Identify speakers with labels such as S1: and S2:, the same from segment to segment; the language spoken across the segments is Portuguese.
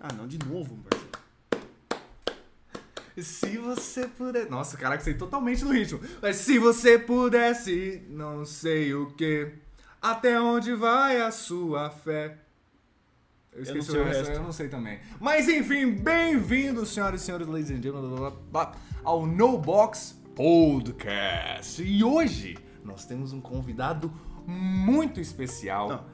S1: Ah, não, de novo, parceiro. Se você puder. Nossa, caraca, sei totalmente no ritmo. Mas se você pudesse, não sei o que. Até onde vai a sua fé? Eu
S2: não
S1: esqueci
S2: sei
S1: o
S2: o
S1: resto,
S2: resto.
S1: eu não sei também. Mas enfim, bem-vindos, senhoras e senhores, ladies and gentlemen, blá, blá, blá, ao No Box Podcast. E hoje nós temos um convidado muito especial.
S2: Não, tá.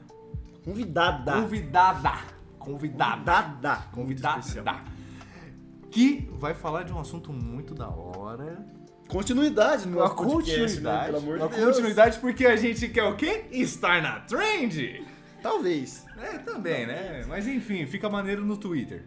S2: Convidada.
S1: Convidada. Convidada.
S2: Convidada.
S1: Convidada. Que vai falar de um assunto muito da hora.
S2: Continuidade no
S1: Uma
S2: nosso podcast, né?
S1: continuidade.
S2: Pelo amor
S1: uma
S2: de Deus.
S1: continuidade porque a gente quer o quê? Estar na trend.
S2: Talvez.
S1: É, também, né? Mas enfim, fica maneiro no Twitter.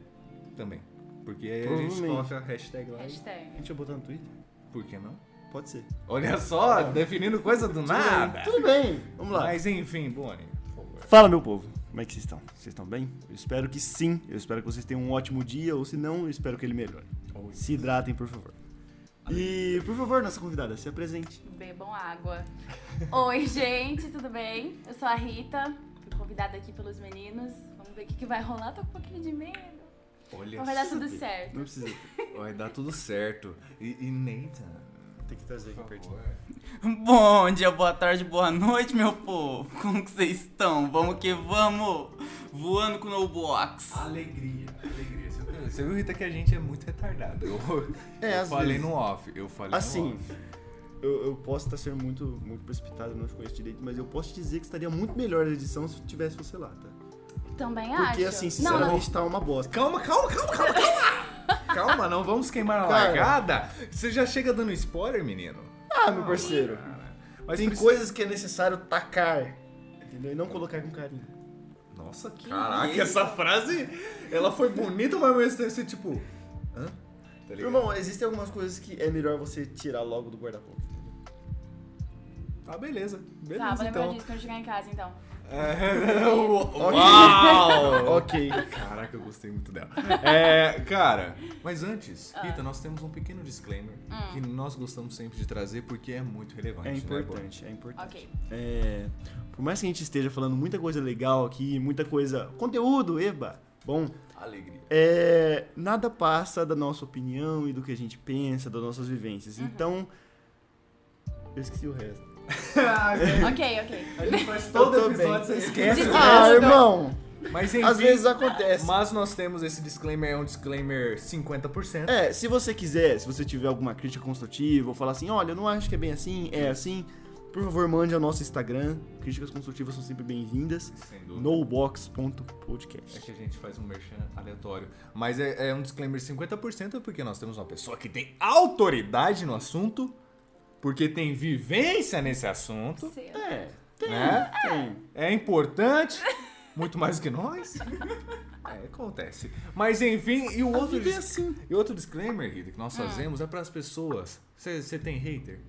S1: Também. Porque aí a gente
S2: Provavelmente.
S1: coloca a hashtag lá. e-
S2: A
S3: Hashtag.
S2: gente ia botar no Twitter?
S1: Por que não?
S2: Pode ser.
S1: Olha só, definindo coisa do nada.
S2: Tudo bem. Vamos lá.
S1: Mas enfim, Boni, por favor.
S4: Fala, meu povo! Como é que vocês estão? Vocês estão bem? Eu espero que sim. Eu espero que vocês tenham um ótimo dia, ou se não, eu espero que ele melhore.
S2: Oh,
S4: Se hidratem, por favor.
S2: E, por favor, nossa convidada, se apresente.
S3: Bebam água. Oi, gente, tudo bem? Eu sou a Rita, fui convidada aqui pelos meninos. Vamos ver o que, que vai rolar, tô com um pouquinho de medo.
S1: Olha
S3: Mas vai dar
S1: só.
S3: tudo certo.
S2: Não precisa.
S1: Vai dar tudo certo. E, e Nathan,
S2: Tem que trazer aqui
S1: por
S2: pertinho.
S1: favor.
S5: Bom dia, boa tarde, boa noite, meu povo. Como que vocês estão? Vamos que vamos. Voando com o No Box.
S1: Alegria, alegria. Você viu- Você viu, Rita, que a gente é muito retardado. Eu,
S2: É,
S1: eu
S2: às
S1: falei
S2: vezes.
S1: no off. Eu falei
S4: Assim,
S1: no off.
S4: eu, eu posso estar sendo muito, muito precipitado, eu não te conheço direito, mas eu posso te dizer que estaria muito melhor a edição se tivesse você lá, tá?
S3: Também acho.
S4: Porque, assim,
S3: não, não,
S4: sinceramente, tá uma bosta.
S1: Calma, calma, calma, calma, calma. calma, não vamos queimar a
S4: Cara.
S1: largada. Você já chega dando spoiler, menino?
S4: Ah, meu parceiro!
S1: Cara.
S4: Mas tem
S1: preci-
S4: coisas que é necessário tacar, entendeu? E não colocar com carinho. Tá
S1: Nossa,
S3: Que
S1: caraca,
S5: isso?
S1: essa frase, ela foi bonita, mas ao mesmo tempo você, tipo... Hã? Tá ligado?
S4: Irmão, existem algumas coisas que é melhor você tirar logo do guarda-roupa.
S1: Tá, beleza. Beleza,
S3: tá, vou lembrar
S1: então.
S3: disso quando chegar em casa, então.
S1: É,
S4: Ok.
S1: Uau!
S4: Ok.
S1: Caraca, eu gostei muito dela. É, cara, mas antes, Rita, nós temos um pequeno disclaimer que nós gostamos sempre de trazer porque é muito relevante.
S4: É
S1: né, Bob?
S4: importante, é importante.
S3: Ok.
S4: É, por mais que a gente esteja falando muita coisa legal aqui, muita coisa. Conteúdo, eba! Bom,
S1: Alegria.
S4: é, nada passa da nossa opinião e do que a gente pensa, das nossas vivências. Então. Eu esqueci o resto.
S3: Ok, ok.
S1: a gente faz
S4: todo episódio,
S1: você
S3: esquece.
S4: Ah,
S3: Resto.
S4: irmão!
S1: Mas enfim,
S4: Às vezes acontece.
S1: mas nós temos esse disclaimer, é um disclaimer 50%.
S4: É, se você quiser, se você tiver alguma crítica construtiva, ou falar assim, olha, eu não acho que é bem assim, é assim, por favor, mande ao nosso Instagram. Críticas construtivas são sempre bem-vindas.
S1: Sem dúvida. É
S4: Nobox.podcast.
S1: que a gente faz um merchan aleatório. Mas é, é um disclaimer 50% porque nós temos uma pessoa que tem autoridade no assunto, porque tem vivência nesse assunto,
S3: Cedo.
S4: É,
S1: né?
S4: tem.
S1: É importante, muito mais do que nós. É, acontece. Mas enfim, e o outro, é
S4: é
S1: dis- e outro disclaimer, Rita, que nós fazemos é para as pessoas. Você tem hater?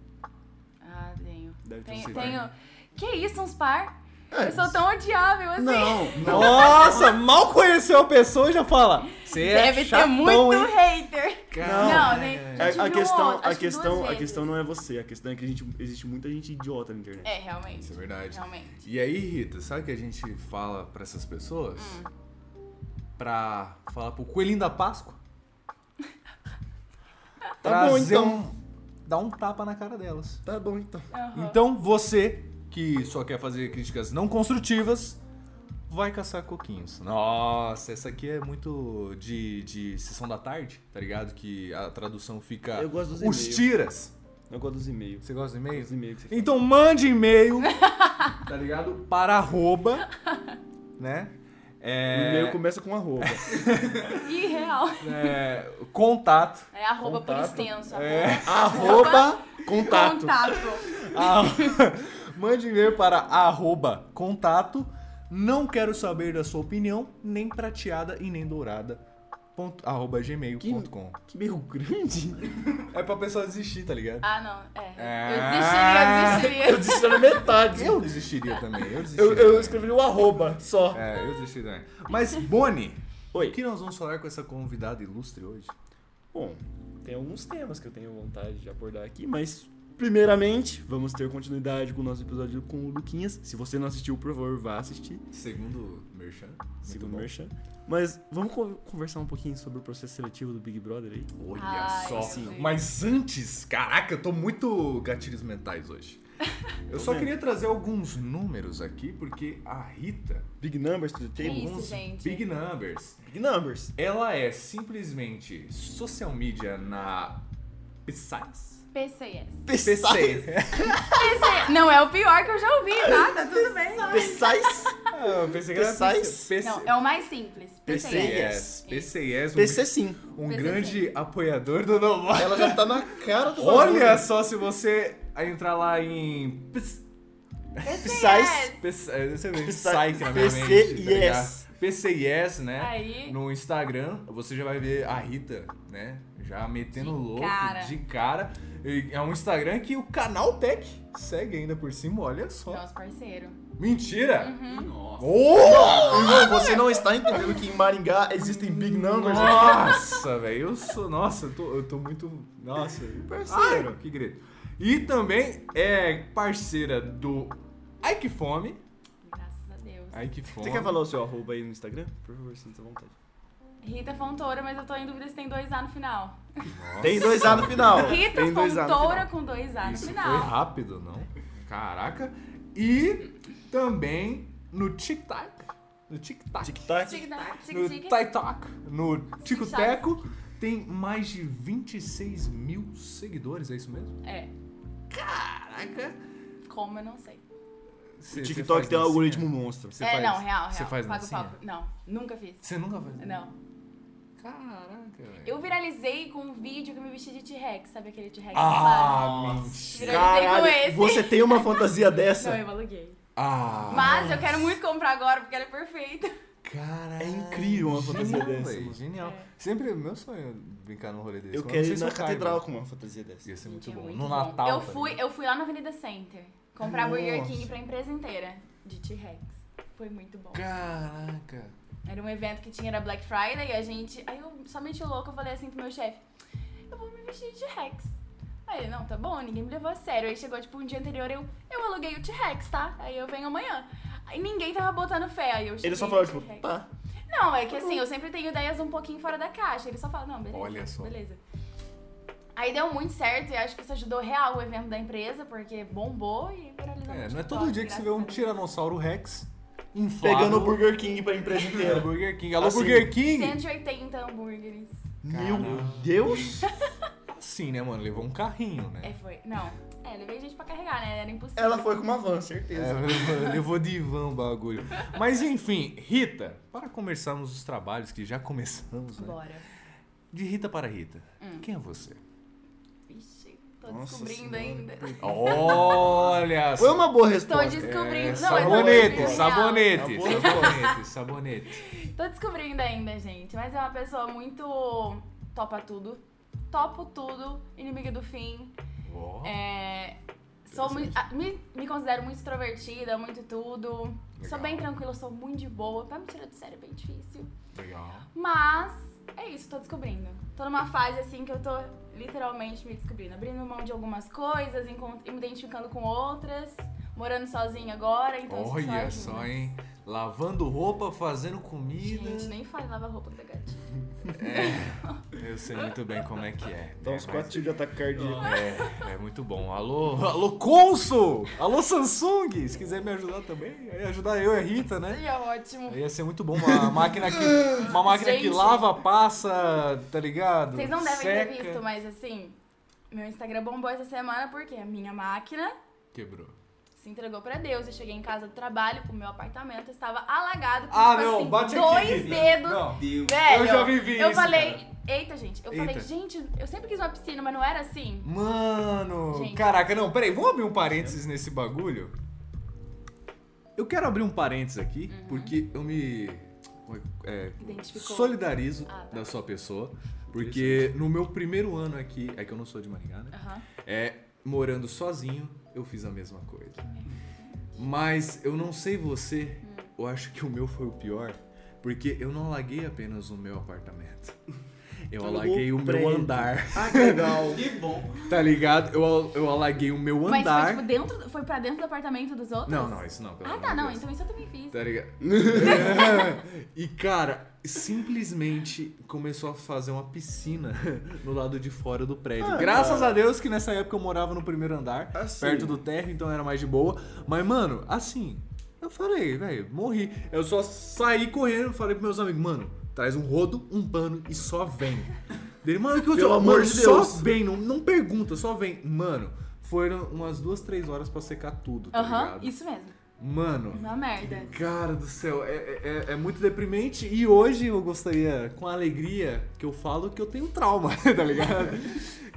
S3: Ah, tenho.
S4: Deve ter
S3: Tenho,
S4: uns
S3: tenho. Que isso, uns par? Eu sou tão odiável assim.
S4: Não,
S1: Nossa, mal conheceu a pessoa e já
S4: é
S1: fala. é Você
S3: Deve ter muito hater.
S1: Cara.
S3: Não, nem.
S4: A,
S3: já tive
S4: É, a
S3: um
S4: questão,
S3: outro,
S4: a
S3: acho que duas
S4: questão, a
S3: vezes.
S4: questão não é você, a questão é que a gente, existe muita gente idiota na internet.
S3: É, realmente.
S1: Isso é verdade.
S3: Realmente.
S1: E aí, Rita, sabe o que a gente fala para essas pessoas?
S3: Hum.
S1: Pra falar pro coelhinho da Páscoa?
S4: Tá bom,
S1: Trazer
S4: então.
S1: um- dar um tapa na cara delas.
S4: Tá bom então.
S3: Aham.
S1: Então você que só quer fazer críticas não construtivas, vai caçar coquinhos. Nossa, essa aqui é muito de, de sessão da tarde, tá ligado? Que a tradução fica
S4: Eu gosto dos
S1: os
S4: e-mails.
S1: tiras.
S4: Eu gosto dos e-mails.
S1: Você gosta de e-mail?
S4: Os e-mails que você
S1: Então mande e-mail, tá ligado? Para arroba, né?
S4: fala. O
S1: É,
S4: e-mail começa com arroba. Então-
S3: Irreal.
S1: é, contato.
S3: É arroba por
S4: Contato.
S3: extenso.
S1: É,
S4: arroba contato.
S3: Contato.
S1: Ah, Mande e-mail para arroba contato. Não quero saber da sua opinião, nem prateada e nem dourada. Ponto, arroba gmail.com.
S4: Que meio grande.
S1: É pra pessoa desistir, tá ligado?
S3: Ah, não. É.
S1: Ah.
S3: Eu desistiria, eu
S4: Eu desisti na metade.
S1: Eu desistiria também, eu
S4: Eu,
S1: desistiria.
S4: eu escrevi o arroba só.
S1: É, eu desistiria também. Mas, Boni, o
S4: Oi.
S1: que nós vamos falar com essa convidada ilustre hoje?
S4: Bom, tem alguns temas que eu tenho vontade de abordar aqui, mas Primeiramente, vamos ter continuidade com o nosso episódio com o Luquinhas. Se você não assistiu, por favor, vá assistir.
S1: Segundo Merchan. muito
S4: Segundo
S1: bom.
S4: o Merchan. Mas vamos co- conversar um pouquinho sobre o processo seletivo do Big Brother aí.
S1: Olha
S3: Ai,
S1: só.
S3: sim.
S1: Mas antes, caraca, eu tô muito gatilhos mentais hoje. Eu só
S4: vendo.
S1: queria trazer alguns números aqui, porque a Rita
S4: Big Numbers to the
S3: Que
S4: Table.
S3: isso,
S1: alguns
S3: gente.
S1: Big Numbers.
S4: Big Numbers.
S1: Ela é simplesmente social media na Psys?
S3: PCS.
S1: PCs.
S3: PC... Não, é o pior que eu já ouvi, tá? Tá tudo bem.
S4: Pessoais.
S1: Ah, eu pensei que era
S4: Psys?
S1: PC.
S3: Não, é o mais simples. PCS.
S1: PCS. PCS. um
S4: PC sim.
S1: um
S3: PCC.
S1: grande apoiador do Novo.
S2: Ela já tá na cara do
S1: Olha
S2: bagulho.
S1: só se você entrar lá em Ps-
S4: Pessoais.
S1: Ps- eh, não sei bem,
S4: Psy-
S1: Psy, na minha mente,
S4: PCS.
S1: tá ligado? PCS, né?
S3: Aí.
S1: No Instagram, você já vai ver a Rita, né? Já metendo
S3: De
S1: louco
S3: cara.
S1: de cara. E É um Instagram que o canal Tech segue ainda por cima, olha só.
S3: Nosso parceiro.
S1: Mentira!
S3: Uhum.
S5: Nossa.
S1: Oh!
S4: Irmão, você não está entendendo que em Maringá existem Big Numbers.
S1: Nossa, velho, eu sou. Nossa, eu tô, eu tô muito. Nossa,
S4: Parceiro.
S1: Ai, que grito. E também é parceira do Ai que Fome.
S3: Graças a Deus.
S1: Ai que Fome.
S4: Você quer falar o seu arroba aí no Instagram? Por favor, sinta à vontade.
S3: Rita Fontoura, mas eu tô em dúvida se tem dois A no final.
S1: Nossa,
S4: Tem dois A no final.
S3: Rita
S4: Tem dois A no
S3: Fontoura
S4: final.
S3: com dois A tá no
S1: Isso
S3: final.
S1: foi rápido, não? Caraca. E também no Tic Tac. No Tic Tac.
S4: Tic Tac.
S3: Tic-tac,
S1: no
S3: tic-tic.
S1: Tic Tac. No Tico
S3: Tic-tac.
S1: Teco. Tem mais de 26 mil seguidores, é isso mesmo?
S3: É,
S1: Caraca.
S3: como eu não sei.
S1: Cê-
S4: O
S1: cê
S4: TikTok
S1: faz
S4: tem um
S1: dancinha?
S4: algoritmo monstro.
S1: Cê
S3: é,
S1: faz-
S3: não, real, real.
S1: Você faz
S3: Pago
S1: dancinha?
S3: papo. Não, nunca fiz.
S1: Você nunca faz dancinha?
S3: Não.
S1: Caraca, velho.
S3: Eu viralizei com um vídeo que eu me vesti de T-Rex, sabe aquele T-Rex? lá?
S1: Ah, mentira.
S3: Viralizei com esse.
S4: você tem uma fantasia
S3: Não,
S4: dessa?
S3: eu aluguei.
S1: Ah.
S3: Mas eu quero muito comprar agora, porque ela é perfeita.
S1: Cara,
S4: É incrível uma fantasia
S1: genial,
S4: dessa,
S1: véi,
S4: mano.
S1: Genial.
S3: É.
S1: Sempre meu sonho é brincar num rolê desse.
S4: Eu
S1: mas
S4: quero
S1: não sei
S4: ir
S1: se
S4: na
S1: eu caibo.
S4: catedral com uma fantasia dessa.
S1: Ia ser muito
S3: Gente, é
S1: bom.
S3: muito
S1: no Natal.
S3: Eu
S1: tá
S3: fui,
S1: ligado?
S3: eu fui lá na Avenida Center comprar Burger
S4: Nossa.
S3: King pra empresa inteira de T-Rex. Foi muito bom.
S1: Caraca.
S3: Era um evento que tinha, era Black Friday, e a gente. Aí eu só meti o louco, eu falei assim pro meu chefe: Eu vou me vestir de T-Rex. Aí ele, não, tá bom, ninguém me levou a sério. Aí chegou, tipo, um dia anterior, eu, eu aluguei o T-Rex, tá? Aí eu venho amanhã. Aí ninguém tava botando fé, aí eu cheguei
S4: Ele só
S3: de
S4: falou, tipo,
S3: T-Rex.
S4: tá.
S3: Não, é que assim, eu sempre tenho ideias um pouquinho fora da caixa. Ele só fala, não, beleza.
S1: Olha só.
S3: Beleza. Aí deu muito certo e acho que isso ajudou real o evento da empresa, porque bombou e viralizou. no
S1: É, não é
S3: TikTok,
S1: todo dia que você vê um
S3: graças a Deus.
S1: Tiranossauro Rex inflado.
S4: Pegando o Burger King pra empresa
S1: Pegando o
S4: inteira.
S1: Burger King. Alô,
S4: Assim.
S1: Burger King!
S3: 180 hambúrgueres.
S4: Meu
S1: Caralho.
S4: Deus!
S1: Sim, né, mano? Levou um carrinho,
S3: É,
S1: né?
S3: foi. Não. É, levei gente pra carregar, né? Era impossível.
S4: Ela foi com uma van, certeza.
S1: É, levou, levou divã o bagulho. Mas enfim, Rita, para começarmos os trabalhos que já começamos, né?
S3: Bora.
S1: De Rita para Rita, quem é você?
S3: Vixe, tô
S4: Nossa
S3: descobrindo
S4: senhora.
S3: ainda.
S1: Olha É,
S4: Foi uma boa
S3: Tô
S4: resposta.
S3: descobrindo. não, mas não é
S1: sabonete,
S3: real.
S1: sabonete,
S4: Tá bom.
S1: sabonete, sabonete.
S3: Tô descobrindo ainda, gente. Mas é uma pessoa muito topa tudo. Topo tudo, inimiga do fim.
S1: Ó,
S3: É, sou mui- ah, me, me considero muito extrovertida, muito tudo. Sou
S1: Legal.
S3: bem tranquila, sou muito de boa. Pra me tirar do sério é bem difícil.
S1: Legal.
S3: Mas é isso, tô descobrindo. Tô numa fase assim que eu tô literalmente me descobrindo, abrindo mão de algumas coisas, encon- e me identificando com outras, morando sozinha agora, então isso só
S1: Olha
S3: ajuda.
S1: só, hein? Lavando roupa, fazendo comida.
S3: Gente, nem fale lava roupa da gatinha.
S1: Eu sei muito bem como é que é.
S4: Dá
S1: né?
S4: uns
S1: Mas
S4: 4 tiros de ataque cardíaco.
S1: É, é muito bom. Alô, alô, Consul! Alô, Samsung! Se quiser me ajudar também, aí ajudar eu e a Rita, né?
S3: Seria ótimo.
S1: Aí Ia ser muito bom uma máquina que, uma máquina que
S3: Gente.
S1: lava, passa, tá ligado?
S3: Vocês não devem
S1: Seca.
S3: ter visto, mas assim, meu Instagram bombou essa semana porque a minha máquina
S1: Quebrou.
S3: tipo se entregou pra Deus. Eu cheguei em casa do trabalho, o meu apartamento estava alagado. Com,
S1: Ah,
S3: tipo
S1: não,
S3: assim,
S1: bate aqui,
S3: dois
S1: Vivi.
S3: dedos.
S1: Não.
S5: Deus.
S3: Velho,
S1: Eu já vivi
S3: eu
S1: isso,
S3: falei, eita, gente. Eu falei,
S1: Eita.
S3: gente, eu sempre quis uma piscina, mas não era assim.
S1: Mano,
S3: Gente.
S1: caraca, não, peraí, vamos abrir um parênteses nesse bagulho? Eu quero abrir um parênteses aqui,
S3: Uhum.
S1: porque eu me é,
S3: Identificou.
S1: solidarizo
S3: Ah, tá.
S1: da sua pessoa, porque no meu primeiro ano aqui, é que eu não sou de Maringá, né?
S3: Aham.
S1: É, morando sozinho, eu fiz a mesma coisa. Mas eu não sei você,
S3: Hum.
S1: eu acho que o meu foi o pior, porque eu não alaguei apenas o meu apartamento. Eu
S2: Alugou
S1: alaguei o meu
S2: prédio.
S1: andar.
S2: Ah, que legal.
S5: Que bom.
S1: Tá ligado? Eu, al- eu alaguei o meu
S3: Mas foi,
S1: andar.
S3: tipo, dentro, foi pra dentro do apartamento dos outros?
S1: Não, não, isso não. pelo
S3: Ah,
S1: amor
S3: tá,
S1: de
S3: não.
S1: Deus.
S3: Então isso eu também fiz.
S1: Tá ligado? e cara, simplesmente começou a fazer uma piscina no lado de fora do prédio.
S2: Ah,
S1: Graças
S2: cara.
S1: a Deus que nessa época eu morava no primeiro andar,
S2: Assim.
S1: perto do térreo, então era mais de boa. Mas mano, assim, eu falei, velho, morri. Eu só saí correndo, falei pros meus amigos, mano, traz um rodo, um pano e só vem. Dele, mano, que eu
S2: Pelo
S1: só-
S2: amor
S1: mano,
S2: de Deus.
S1: Só vem, não, não pergunta, só vem. Mano, foram umas duas, três horas pra secar tudo, tá
S3: Aham,
S1: ligado?
S3: isso mesmo.
S1: Mano.
S3: Uma merda.
S1: Cara do céu, é, é- é muito deprimente e hoje eu gostaria, com alegria, que eu falo que eu tenho trauma, tá ligado?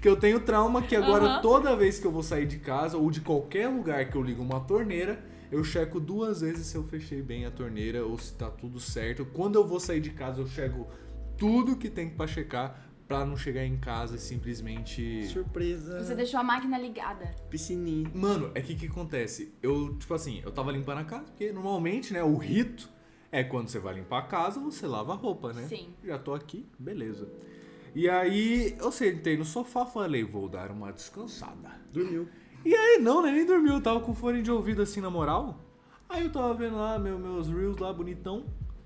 S1: que eu tenho trauma que agora
S3: Aham.
S1: toda vez que eu vou sair de casa ou de qualquer lugar que eu ligo uma torneira, eu checo duas vezes se eu fechei bem a torneira ou se tá tudo certo. Quando eu vou sair de casa, eu checo tudo que tem pra checar pra não chegar em casa e simplesmente
S2: Surpresa.
S3: Você deixou a máquina ligada.
S2: Piscininha.
S1: Mano, é que que acontece? Eu, tipo assim, eu tava limpando a casa, porque normalmente, né, o rito é quando você vai limpar a casa, você lava a roupa, né?
S3: Sim.
S1: Já tô aqui, beleza. E aí, eu sentei no sofá, falei, vou dar uma descansada.
S2: Dormiu.
S1: E aí, não, né, nem dormiu, eu tava com fone de ouvido assim, na moral. Aí eu tava vendo lá meu- meus reels lá, bonitão,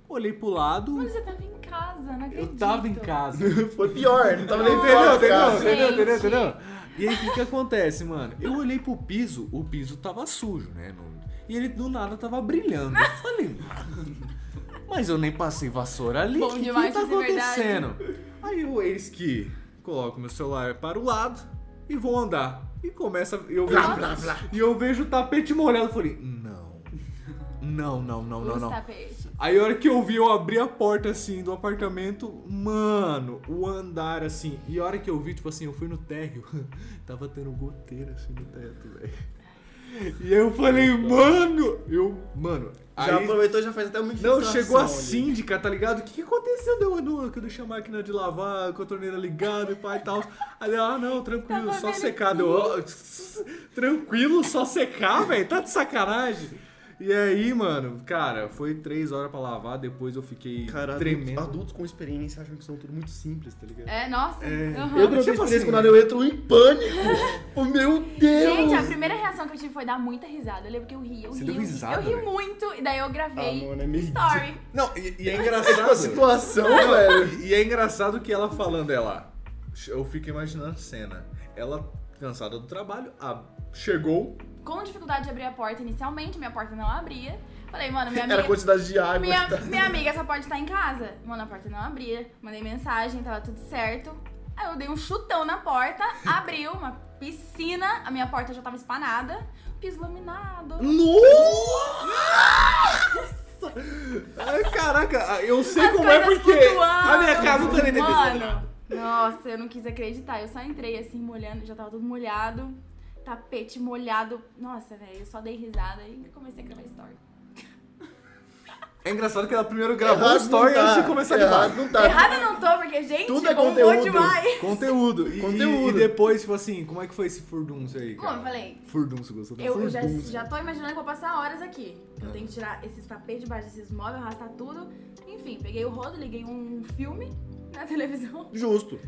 S1: olhei pro lado,
S3: Mano, você tava em casa, não acredito.
S1: eu tava em casa.
S2: Foi pior, não tava nem
S1: Entendeu,
S2: fora de
S1: entendeu,
S2: casa.
S1: entendeu,
S3: Gente.
S1: entendeu, entendeu? E aí, o que que acontece, mano? Eu olhei pro piso, o piso tava sujo, né? no- E ele do nada tava brilhando. Eu falei, "Mano, mas eu nem passei vassoura ali.
S3: Bom
S1: o que que
S3: demais
S1: tá
S3: isso, é verdade."
S1: acontecendo? Aí eu eis que coloco meu celular para o lado e vou andar. E começa. Eu vejo, E eu vejo o tapete molhado. Eu falei, não. Não, não, não, não,
S3: Os
S1: não.
S3: tapetes.
S1: Aí a hora que eu vi, eu abri a porta assim do apartamento, mano, o andar assim. E a hora que eu vi, tipo assim, eu fui no térreo, tava tendo goteira assim no teto, velho. E aí eu falei, mano, eu, mano,
S2: Já
S1: aí
S2: aproveitou, já faz até uma
S1: não
S2: infiltração
S1: chegou a
S2: ali.
S1: síndica, tá ligado? O que, que aconteceu? Deu não, que eu deixei a máquina de lavar, com a torneira ligada e pai e tal. Aí eu, ah, não, tranquilo,
S3: Tava
S1: só
S3: vendo
S1: secar. Deu, ó, tranquilo, só secar, velho, tá de sacanagem. E aí, mano, cara, foi três horas pra lavar, depois eu fiquei
S2: Cara,
S1: tremendo.
S2: adultos, adultos com experiência acham que são tudo muito simples, tá ligado?
S3: É, nossa. aham.
S2: Eu não tenho
S1: Tipo
S2: experiência
S1: assim.
S2: quando eu entro em pânico. oh, meu Deus!
S3: Gente, a primeira reação que eu tive foi dar muita risada. Eu lembro que eu ri, eu
S1: Você
S3: ri,
S1: deu
S3: eu ri.
S1: risada,
S3: eu ri
S1: velho?
S3: muito, e daí eu
S2: Ah,
S3: gravei
S4: né?
S2: mano, é meio
S3: story.
S1: Não, e, e é
S2: a
S1: engraçado.
S2: situação, velho.
S1: e é engraçado que ela falando, ela. Eu fico imaginando a cena. Ela, cansada do trabalho, a- chegou,
S3: Com dificuldade de abrir a porta inicialmente, minha porta não abria. Falei, mano, minha
S2: Era a
S3: amiga.
S2: quantidade de água.
S3: Minha,
S2: que tá-
S3: minha amiga, essa porta tá em casa. Mano, a porta não abria. Mandei mensagem, tava tudo certo. Aí eu dei um chutão na porta, abriu uma piscina, a minha porta já tava espanada, piso laminado.
S1: Ai, Caraca, eu sei
S3: As
S1: como é
S3: coisas
S1: porque
S3: flutuando.
S1: a minha casa também tem piscina.
S3: Mano, nossa, eu não quis acreditar. Eu só entrei assim, molhando, já tava tudo molhado. Tapete molhado. Nossa, velho, eu só dei risada e comecei a gravar story.
S1: É engraçado que ela primeiro gravou
S2: Errado
S1: o story
S2: não tá.
S1: antes de começar a gravar.
S2: Errado não tá.
S3: Errada eu não tô, porque, gente,
S2: Tudo é
S3: bombou
S2: conteúdo.
S3: demais.
S1: Conteúdo. E,
S2: Conteúdo.
S1: E, e depois, tipo assim, como é que foi esse furdunço aí?
S3: Bom,
S1: Cara?
S3: eu falei,
S1: Furdunço, gostou da
S3: eu eu já,
S1: furdunço?
S3: já tô imaginando que vou passar horas aqui. Eu tenho que tirar esses tapetes debaixo desses móveis, arrastar tudo. Enfim, peguei o rodo, liguei um filme na televisão.
S2: Justo.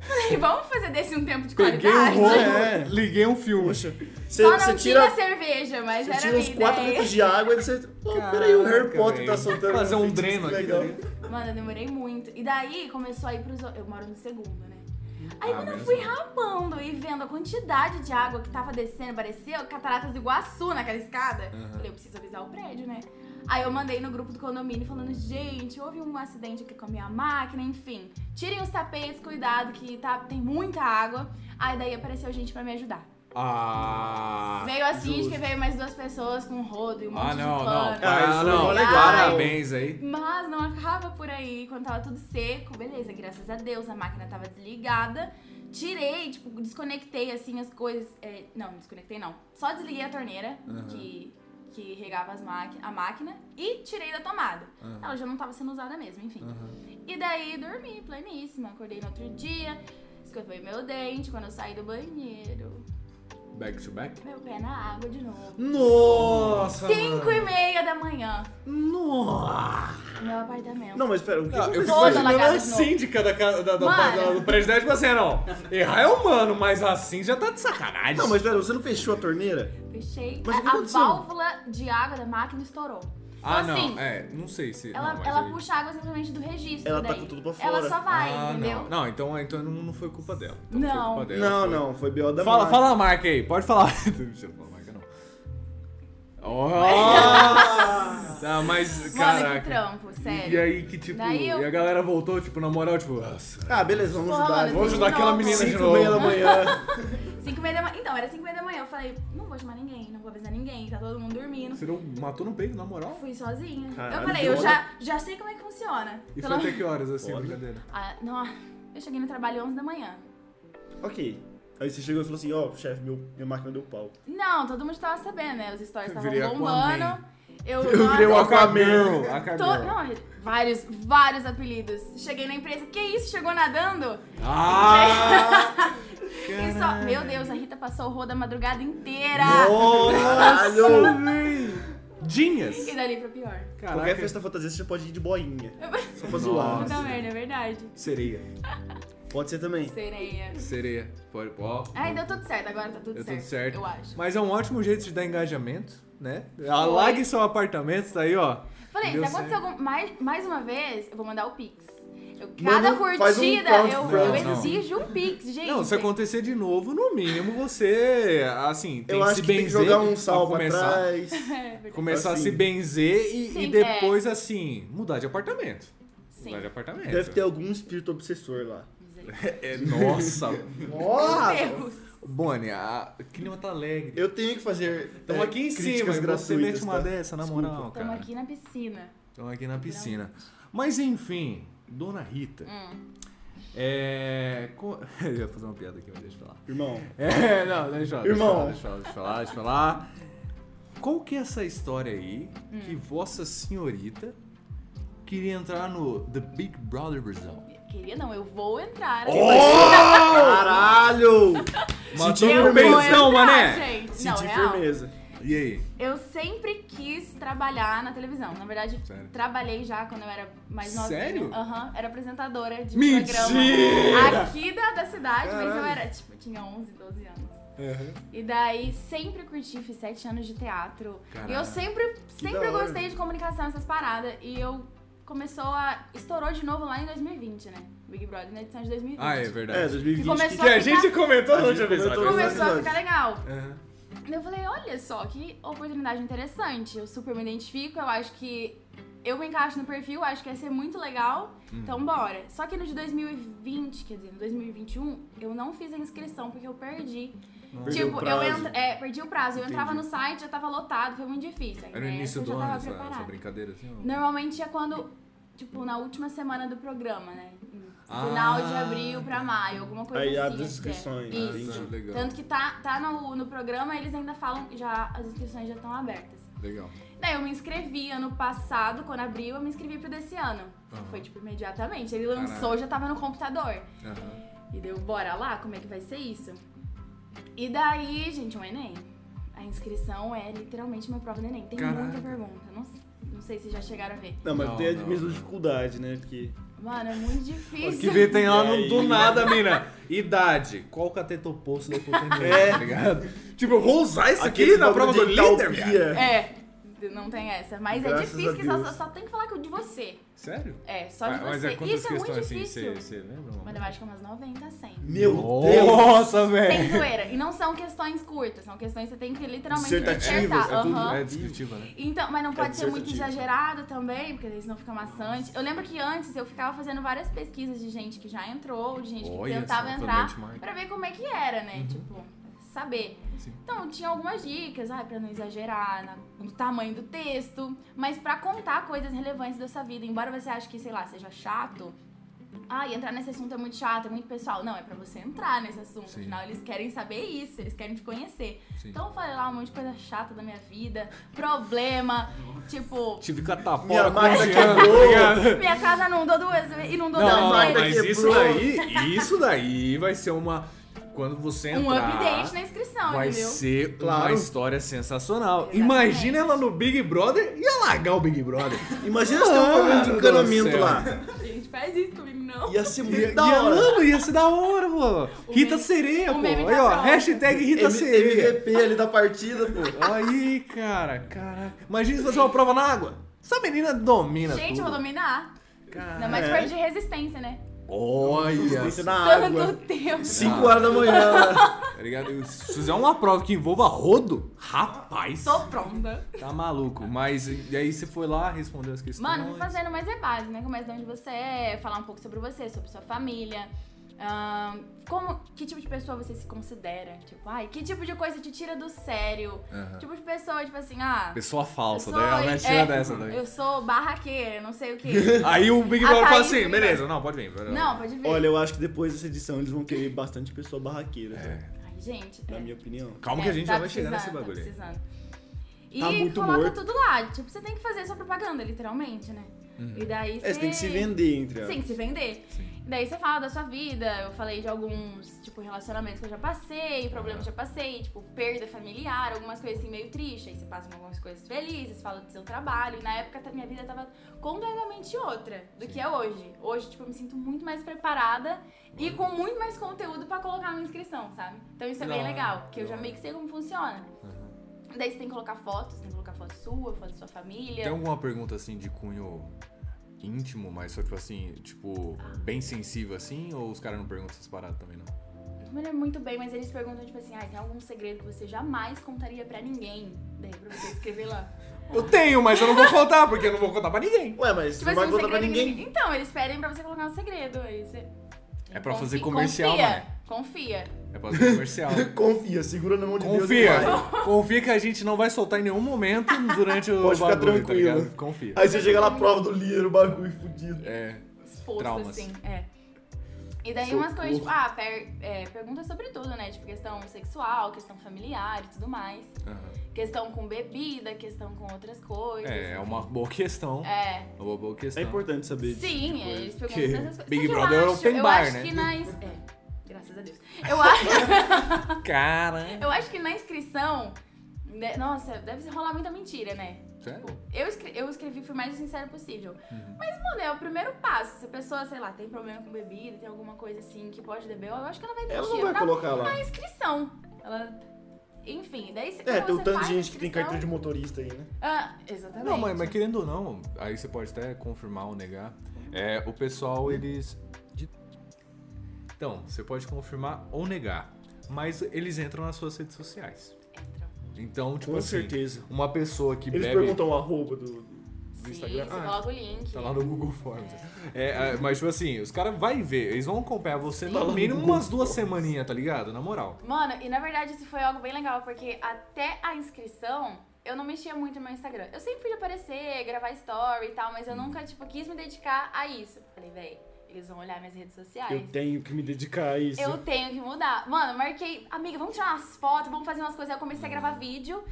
S3: Falei, vamos fazer desse um tempo de
S1: Peguei
S3: qualidade.
S1: um rolo,
S2: É.
S1: liguei um filme.
S2: Poxa. Você,
S3: Só não
S2: você
S3: tinha
S2: tira,
S3: cerveja, mas
S2: você
S3: era
S2: tira uns
S3: minha
S2: 4
S3: ideia.
S2: litros de água e você. Oh, peraí, o Harry
S1: Caraca,
S2: Potter tá
S1: velho.
S2: soltando.
S1: Fazer um
S2: feitiço,
S1: dreno
S2: que
S1: aqui,
S2: legal.
S1: né?
S3: Mano, eu demorei muito. E daí começou a ir pros. Eu moro no segundo, né? Aí
S1: Ah,
S3: quando eu
S1: menos
S3: fui
S1: mal.
S3: rabando e vendo a quantidade de água que tava descendo, parecia cataratas do Iguaçu naquela escada, falei, eu preciso avisar o prédio, né? Aí eu mandei no grupo do condomínio falando, gente, houve um acidente aqui com a minha máquina, enfim. Tirem os tapetes, cuidado, que tá, tem muita água. Aí daí apareceu gente pra me ajudar.
S1: Ah.
S3: veio a síndica e veio mais duas pessoas com rodo e um monte
S1: Ah, não, não.
S3: de pano.
S1: Ah,
S2: isso
S1: não.
S2: foi legal. né?
S1: Parabéns aí.
S3: Mas não acaba por aí. Quando tava tudo seco, beleza, graças a Deus, a máquina tava desligada. Tirei, tipo, desconectei assim as coisas. é, não, desconectei não. Só desliguei a torneira que, que regava as máqui- a máquina e tirei da tomada. Ela já não tava sendo usada mesmo, enfim. E daí dormi, pleníssima. Acordei no outro dia, escovei meu dente quando eu saí do banheiro.
S1: Back to back?
S3: Meu pé na água de novo.
S1: Nossa!
S3: Cinco e meia da manhã.
S1: Nossa!
S3: no Meu apartamento.
S2: Não, mas pera, o que
S1: Não, Ah, eu fico
S3: Toda
S1: imaginando
S3: lagada
S1: a
S3: de novo.
S1: síndica da, ca- da, da-
S3: Mano.
S1: da- do presidente mas assim, não. Errar é humano, mas assim já tá de sacanagem.
S4: Não, mas pera, você não fechou a torneira?
S3: Fechei.
S4: Mas o que
S3: a, a
S4: aconteceu?
S3: válvula de água da máquina estourou.
S1: Ah,
S3: então,
S1: não.
S3: assim,
S1: é, não sei se.
S3: Ela,
S1: não, mas
S3: ela
S1: aí-
S3: puxa água simplesmente do registro.
S4: Ela tá
S3: daí.
S4: com tudo pra
S3: Ela
S4: fora.
S3: só vai,
S1: Ah,
S3: entendeu?
S1: Não, não então, então não, não foi culpa dela. Então
S3: Não.
S1: Foi culpa dela,
S4: Não,
S1: foi-
S4: não, é foi B.O. da
S1: Fala,
S4: Mari.
S1: fala a marca aí, pode falar. Você não fala a marca, não. Oh! tá, mas,
S3: Mano, que
S1: caraca.
S3: trampo,
S1: E-
S3: sério.
S1: E aí que tipo.
S3: Daí eu-
S1: E a galera voltou, tipo, na moral, tipo, nossa.
S4: Ah, beleza, vamos
S3: Porra,
S4: ajudar.
S3: mano,
S1: Vou
S3: fiz de
S1: ajudar aquela
S3: novo.
S1: menina de
S4: Cinco e
S1: novo.
S4: meia da manhã.
S3: Cinco e meia da manhã. Então, era cinco e meia da manhã. Eu falei, não vou chamar ninguém, não vou avisar ninguém, tá todo mundo dormindo.
S1: Você não matou no peito, na moral?
S3: Fui sozinha.
S4: Caralho,
S3: eu falei, eu
S4: foda.
S3: já, já sei como é que funciona.
S1: E foi
S3: Pelo-
S1: até que horas, assim,
S4: Foda.
S1: brincadeira?
S3: Ah, não, eu cheguei no trabalho 11 da manhã.
S4: ok. Aí você chegou e falou assim, ó, chefe, meu, minha máquina deu pau.
S3: Não, todo mundo tava sabendo, né? Os stories estavam
S1: Virei
S3: bombando.
S1: Aquaman.
S3: Eu,
S4: Eu virei o Aquaman.
S1: Acabou,
S3: To-
S1: acabou.
S3: Não, vários, vários apelidos. Cheguei na empresa, que isso? Chegou nadando?
S1: Ah!
S3: E só, meu Deus, a Rita passou o rolo da madrugada inteira.
S1: Nossa! Dinhas!
S3: E dali pra pior.
S1: Caraca,
S4: Qualquer festa fantasia você já pode ir de boinha. Só pra
S1: Nossa.
S4: zoar.
S3: Puta merda, é verdade.
S1: Sereia.
S4: Pode ser também.
S3: Sereia.
S1: Sereia. Pode, ó.
S3: Ai, deu tudo certo, agora tá tudo
S1: Deu
S3: certo.
S1: tudo certo.
S3: Eu acho.
S1: Mas é um ótimo jeito de dar engajamento, né? Alague seu apartamento, tá aí, ó.
S3: Falei,
S1: Deu
S3: se acontecer
S1: certo.
S3: algum. Mais, mais uma vez, eu vou mandar o Pix. Eu-
S4: Manda
S3: cada
S4: um- faz um
S3: curtida, eu, eu
S1: crowdfunding. Não, não.
S3: exijo um Pix, gente.
S1: Não, se acontecer de novo, no mínimo você, assim, tem
S4: Eu
S1: que
S4: acho
S1: se
S4: que tem que
S1: benzer.
S4: jogar um
S1: pra
S4: sal pra
S1: começar,
S4: trás.
S3: É verdade.
S1: Começar
S4: Assim.
S1: a se benzer e, e
S3: Sim, é.
S1: depois, assim, mudar de apartamento.
S3: Sim.
S1: Mudar de apartamento.
S4: Deve ter algum espírito obsessor lá.
S3: Misericórdia.
S1: É, nossa. Ah,
S3: Meu Deus.
S1: Bonnie, a- o clima tá alegre.
S4: Eu tenho que fazer.
S1: Estamos
S4: é,
S1: aqui em cima,
S4: críticas
S1: e você mete
S4: gratuitas,
S1: uma
S4: tá?
S1: dessa, na moral,
S3: Tamo
S1: cara.
S3: aqui na piscina.
S1: Estamos aqui na piscina. Mas enfim, Dona Rita.
S3: Hum.
S1: É. co- Eu ia fazer uma piada aqui, mas deixa eu falar.
S4: Irmão,
S1: É, não, deixa eu falar.
S4: Irmão.
S1: Deixa eu falar, deixa eu falar, deixa eu falar. Deixa eu falar. Qual que é essa história aí
S3: Hum.
S1: que Vossa Senhorita queria entrar no The Big Brother Brasil?
S3: Queria não, eu vou entrar.
S4: Caralho!
S1: Matou
S3: eu
S1: no peito, um não,
S3: entrar,
S1: mané!
S3: Gente. não, é
S4: Senti
S3: real.
S4: firmeza.
S1: E aí?
S3: Eu sempre quis trabalhar na televisão. Na verdade,
S1: Sério?
S3: trabalhei já quando eu era mais nova.
S1: Sério?
S3: Aham, era apresentadora de
S1: Mentira!
S3: programa aqui da, da cidade, mas eu
S4: Caralho.
S3: era, tipo, tinha 11, 12 anos. E daí sempre curti, fiz 7 anos de teatro.
S1: Caralho.
S3: E eu sempre, sempre
S4: da hora.
S3: gostei de comunicação, essas paradas. E eu começou a. estourou de novo lá em 2020, né? Big Brother, na edição de 2020.
S1: Ah, é
S4: É,
S1: verdade.
S4: 2020.
S3: Começou
S1: que
S3: a
S1: a
S3: ficar-
S1: gente comentou
S4: A
S1: no
S4: gente
S1: último episódio.
S4: comentou no
S1: né?
S3: Começou a ficar
S4: episódio.
S3: legal.
S1: Aham.
S3: Eu falei, olha só, que oportunidade interessante. Eu super me identifico, eu acho que eu me encaixo no perfil, acho que ia ser muito legal.
S1: Hum.
S3: Então bora. Só que no de 2020, quer dizer, no 2021, eu não fiz a inscrição porque eu perdi.
S4: Perdeu
S3: tipo,
S4: o
S3: eu
S4: prazo.
S3: entra... é, perdi o prazo. Eu entrava no
S1: Entendi.
S3: site, já tava lotado, foi muito difícil. Aí
S1: Era no início
S3: nessa eu
S1: do
S3: É, já
S1: ano
S3: tava
S1: essa, essa
S3: preparada.
S1: brincadeira, assim? ou-
S3: Normalmente é quando, tipo, na última semana do programa, né? Final de
S1: Ah.
S3: abril pra maio, alguma coisa
S4: Aí
S3: assim.
S4: abre as
S3: acho que é.
S4: inscrições,
S1: Ah,
S4: né?
S3: Isso.
S1: tá, legal.
S3: Tanto que tá, tá no, no programa, eles ainda falam, já as inscrições já estão abertas.
S1: Legal.
S3: Daí eu me inscrevi ano passado, quando abriu, eu me inscrevi pro desse ano.
S1: Aham.
S3: Foi tipo imediatamente. Ele lançou,
S1: Caraca.
S3: já tava no computador.
S1: Aham.
S3: E deu, bora lá, como é que vai ser isso? E daí, gente, um Enem. A inscrição é literalmente uma prova do Enem. Tem
S1: Caraca.
S3: muita pergunta. Não, não sei se já chegaram a ver.
S4: Não, mas
S1: Não,
S4: tem a
S1: não,
S4: mesma
S1: não.
S4: dificuldade, né? Porque.
S3: Mano, é muito
S1: O que
S3: difícil.
S1: vê tem lá
S4: E
S1: no,
S4: aí?
S1: do nada, mina. Idade. Qual cateto oposto da oportunidade,
S4: É.
S1: tá ligado? Tipo, eu vou usar isso aqui
S4: Aquele
S1: na prova
S4: bagulho
S1: do
S4: de
S1: líder,
S4: entalpia.
S1: viado.
S3: É, não tem essa. Mas é
S4: Graças
S3: difícil
S4: a
S3: que só,
S4: Deus.
S3: só tem que falar que o de você.
S1: Sério?
S3: É, só de
S1: Mas- mas
S3: você.
S1: é quantas
S3: isso é muito
S1: questões assim,
S3: difícil.
S1: você você lembra?
S3: Mas eu acho que é umas 90 a 100.
S4: Meu Deus!
S1: Nossa,
S3: Sem
S1: velho.
S3: zoeira. E não são questões curtas, são questões que você tem que literalmente
S4: Dissertativas,
S3: acertar.
S1: É tudo,
S3: Aham.
S1: é descritiva, né?
S3: Então, mas não pode ser muito
S4: dissertativo.
S3: exagerado também, porque daí senão fica maçante. Eu lembro que antes eu ficava fazendo várias pesquisas de gente que já entrou, de gente que
S1: Olha
S3: tentava
S1: só,
S3: entrar,
S1: benchmark.
S3: pra ver como é que era, né? Tipo, saber.
S1: Sim.
S3: Então, tinha algumas dicas, ai, pra não exagerar na- no tamanho do texto, mas pra contar coisas relevantes da sua vida. Embora você ache que, sei lá, seja chato, ai, entrar nesse assunto é muito chato, é muito pessoal. Não, é pra você entrar nesse assunto.
S1: Sim.
S3: Afinal, eles querem saber isso, eles querem te conhecer.
S1: Sim.
S3: Então eu falei lá um monte de coisa chata da minha vida, problema, tipo,
S1: Tive
S4: Minha
S1: catapora com
S4: máquina
S1: 11 anos,
S4: quebrou.
S1: tá ligado?
S3: minha casa não tipo, dou duas, inundou
S1: Não,
S3: duas
S1: não,
S4: máquina
S3: vezes.
S1: mas isso
S4: quebrou.
S1: daí, isso daí vai ser uma Quando você
S3: Um
S1: entrar,
S3: update na inscrição,
S1: vai
S3: entendeu?
S1: ser uma
S2: Claro.
S1: história sensacional.
S3: Exatamente.
S1: Imagina ela no Big Brother e alagar o Big Brother.
S4: Imagina se tem um problema de
S1: Mano do
S4: encanamento
S1: céu.
S4: lá.
S3: Gente, faz isso comigo, não.
S4: Ia ser
S1: Ia,
S4: muito da
S1: ia,
S4: hora.
S1: mano, ia ser da hora, mano.
S3: O
S1: Rita
S3: meme-
S1: Sereia,
S3: o
S1: pô.
S3: meme tá
S1: Aí, ó,
S3: pronto.
S1: hashtag Rita
S2: M-
S1: Sereia.
S2: MVP ali da partida, pô.
S1: Aí, cara, caraca. Imagina se fazer uma prova na água. Essa menina domina
S3: Gente, eu vou
S1: tudo.
S3: dominar. Ainda
S1: Cara,
S3: mais
S4: É.
S3: parte de resistência, né?
S1: Olha,
S2: Isso na água.
S3: Tanto tempo.
S2: 5 horas da manhã. né?
S1: tá ligado? E Se fizer uma prova que envolva rodo, rapaz,
S3: Tô pronta.
S1: tá maluco. Mas e aí você foi lá, respondeu as questões.
S3: Mano, fui fazendo, mas é base, né? Começa de onde você é, falar um pouco sobre você, sobre sua família. ahn, como, que tipo de pessoa você se considera? Tipo, ai, que tipo de coisa te tira do sério?
S1: Aham.
S3: Tipo de pessoa, tipo assim, ah...
S1: É. Pessoa falsa,
S3: eu
S1: daí ela mete
S3: é,
S1: tira dessa daí.
S3: Eu sou barraqueira, não sei o quê.
S1: Aí o Big
S3: A
S1: Brother fala
S3: Thaís
S1: assim,
S3: vem.
S1: beleza, não, pode vir. pode vir.
S3: não, pode ver.
S4: Olha, eu acho que depois dessa edição eles vão querer bastante pessoa
S1: É.
S4: barraqueira, né?
S3: Ai, gente...
S4: na
S3: é.
S4: minha opinião.
S1: Calma
S3: É,
S1: que a gente
S3: tá
S1: já vai chegar nesse
S3: precisando,
S1: bagulho. aí.
S3: Tá precisando. E
S4: Tá muito
S3: coloca
S4: morto.
S3: tudo lá. Tipo, você tem que fazer sua propaganda, literalmente, né?
S1: Uhum.
S3: E daí você...
S4: É, você tem que se vender entre
S3: Você tem
S4: elas.
S3: que se vender.
S1: Sim.
S3: Daí você fala da sua vida. Eu falei de alguns, tipo, relacionamentos que eu já passei, problemas que eu já passei, tipo, perda familiar, algumas coisas assim meio tristes. Aí você passa em algumas coisas felizes, fala do seu trabalho. E na época tá- minha vida tava completamente outra do que é hoje. Hoje, tipo, eu me sinto muito mais preparada e com muito mais conteúdo pra colocar na inscrição, sabe? Então isso é bem
S1: Da hora,
S3: legal, porque eu
S1: da
S3: já
S1: hora.
S3: meio que sei como funciona. Daí você tem que colocar fotos, tem que colocar foto sua, foto da sua família.
S1: Tem alguma pergunta assim de cunho íntimo, mas só tipo assim, tipo, bem sensível assim? Ou os caras não perguntam essas paradas também, não?
S3: Não lembro muito bem, mas eles perguntam, tipo assim, ah, tem algum segredo que você jamais contaria pra ninguém? Daí pra você escrever lá.
S1: Eu tenho, mas eu não vou contar, porque eu não vou contar pra ninguém.
S4: Ué, mas
S3: Tipo
S4: não vai
S3: um
S4: contar pra
S3: segredo que
S4: ninguém.
S3: Então, eles pedem pra você colocar um segredo. Aí você.
S1: É pra fazer
S3: Confi-
S1: comercial, né? mané.
S3: confia, Confia.
S1: É pra fazer comercial.
S4: Confia, segura na mão de Deus.
S1: Confia.
S4: e vai.
S1: Confia que a gente não vai soltar em nenhum momento durante o
S4: Pode ficar
S1: bagulho,
S4: tranquilo.
S1: tá ligado? Confia.
S4: Aí você chega na prova do líder, o bagulho fudido.
S1: É.
S3: Exposto,
S1: Traumas.
S3: assim. É. E daí umas
S4: Socorro.
S3: coisas, tipo, ah, per, é, pergunta sobre tudo, né? Tipo, questão sexual, questão familiar e tudo mais.
S1: aham.
S3: Questão com bebida, questão com outras coisas.
S1: É, é uma boa questão.
S3: É.
S1: É uma boa
S4: É
S1: questão.
S4: importante saber disso.
S3: Sim,
S4: tipo,
S3: eles
S1: Que
S3: perguntam essas coisas.
S1: Big
S3: Só que eu
S1: Brother é
S3: acho-
S1: open
S3: eu
S1: bar,
S3: acho
S1: né?
S3: Que na ins- É, graças a Deus. Eu acho,
S1: Cara.
S3: eu acho que na inscrição. né, Nossa, deve rolar muita mentira, né?
S1: Sério?
S3: Eu, escre- eu escrevi, fui o mais sincero possível.
S4: Uhum.
S3: Mas, mano, é o primeiro passo. Se a pessoa, sei lá, tem problema com bebida, tem alguma coisa assim que pode beber, eu acho que ela vai mentir.
S4: Ela não vai
S3: na-
S4: colocar lá.
S3: Na inscrição. Ela. Enfim, daí se-
S4: É,
S3: quando
S4: tem um
S3: você
S4: tanto de
S3: faz a
S4: gente que tem
S3: inscrição-
S4: cartão de motorista aí, né?
S3: Ah, exatamente.
S1: Não, mas, mas querendo ou não, aí você pode até confirmar ou negar. É, o pessoal, eles. de- Então, você pode confirmar ou negar. Mas eles entram nas suas redes sociais.
S3: Entra.
S1: Então, tipo
S4: Com
S1: assim,
S4: certeza.
S1: uma pessoa que
S4: Eles
S1: bebe.
S4: perguntam o arroba do, do
S3: Sim,
S4: Instagram.
S3: você
S4: Ah,
S3: coloca o link.
S1: Tá lá no Google Forms. É, é, mas tipo assim, os caras vai ver, eles vão acompanhar você
S3: Tá lá
S1: no
S4: no
S1: mínimo
S4: Google
S1: umas duas
S4: Forms.
S1: semaninhas, tá ligado? Na moral.
S3: Mano, e na verdade isso foi algo bem legal, porque até a inscrição eu não mexia muito no meu Instagram. Eu sempre fui de aparecer, gravar story e tal, mas
S4: Uhum.
S3: eu nunca, tipo, quis me dedicar a isso. Falei, véi, eles vão olhar minhas redes sociais.
S4: eu tenho que me dedicar a isso.
S3: Eu tenho que mudar. Mano, eu marquei, amiga, vamos tirar umas fotos, vamos fazer umas coisas. Aí eu
S4: Uhum.
S3: comecei a gravar vídeo.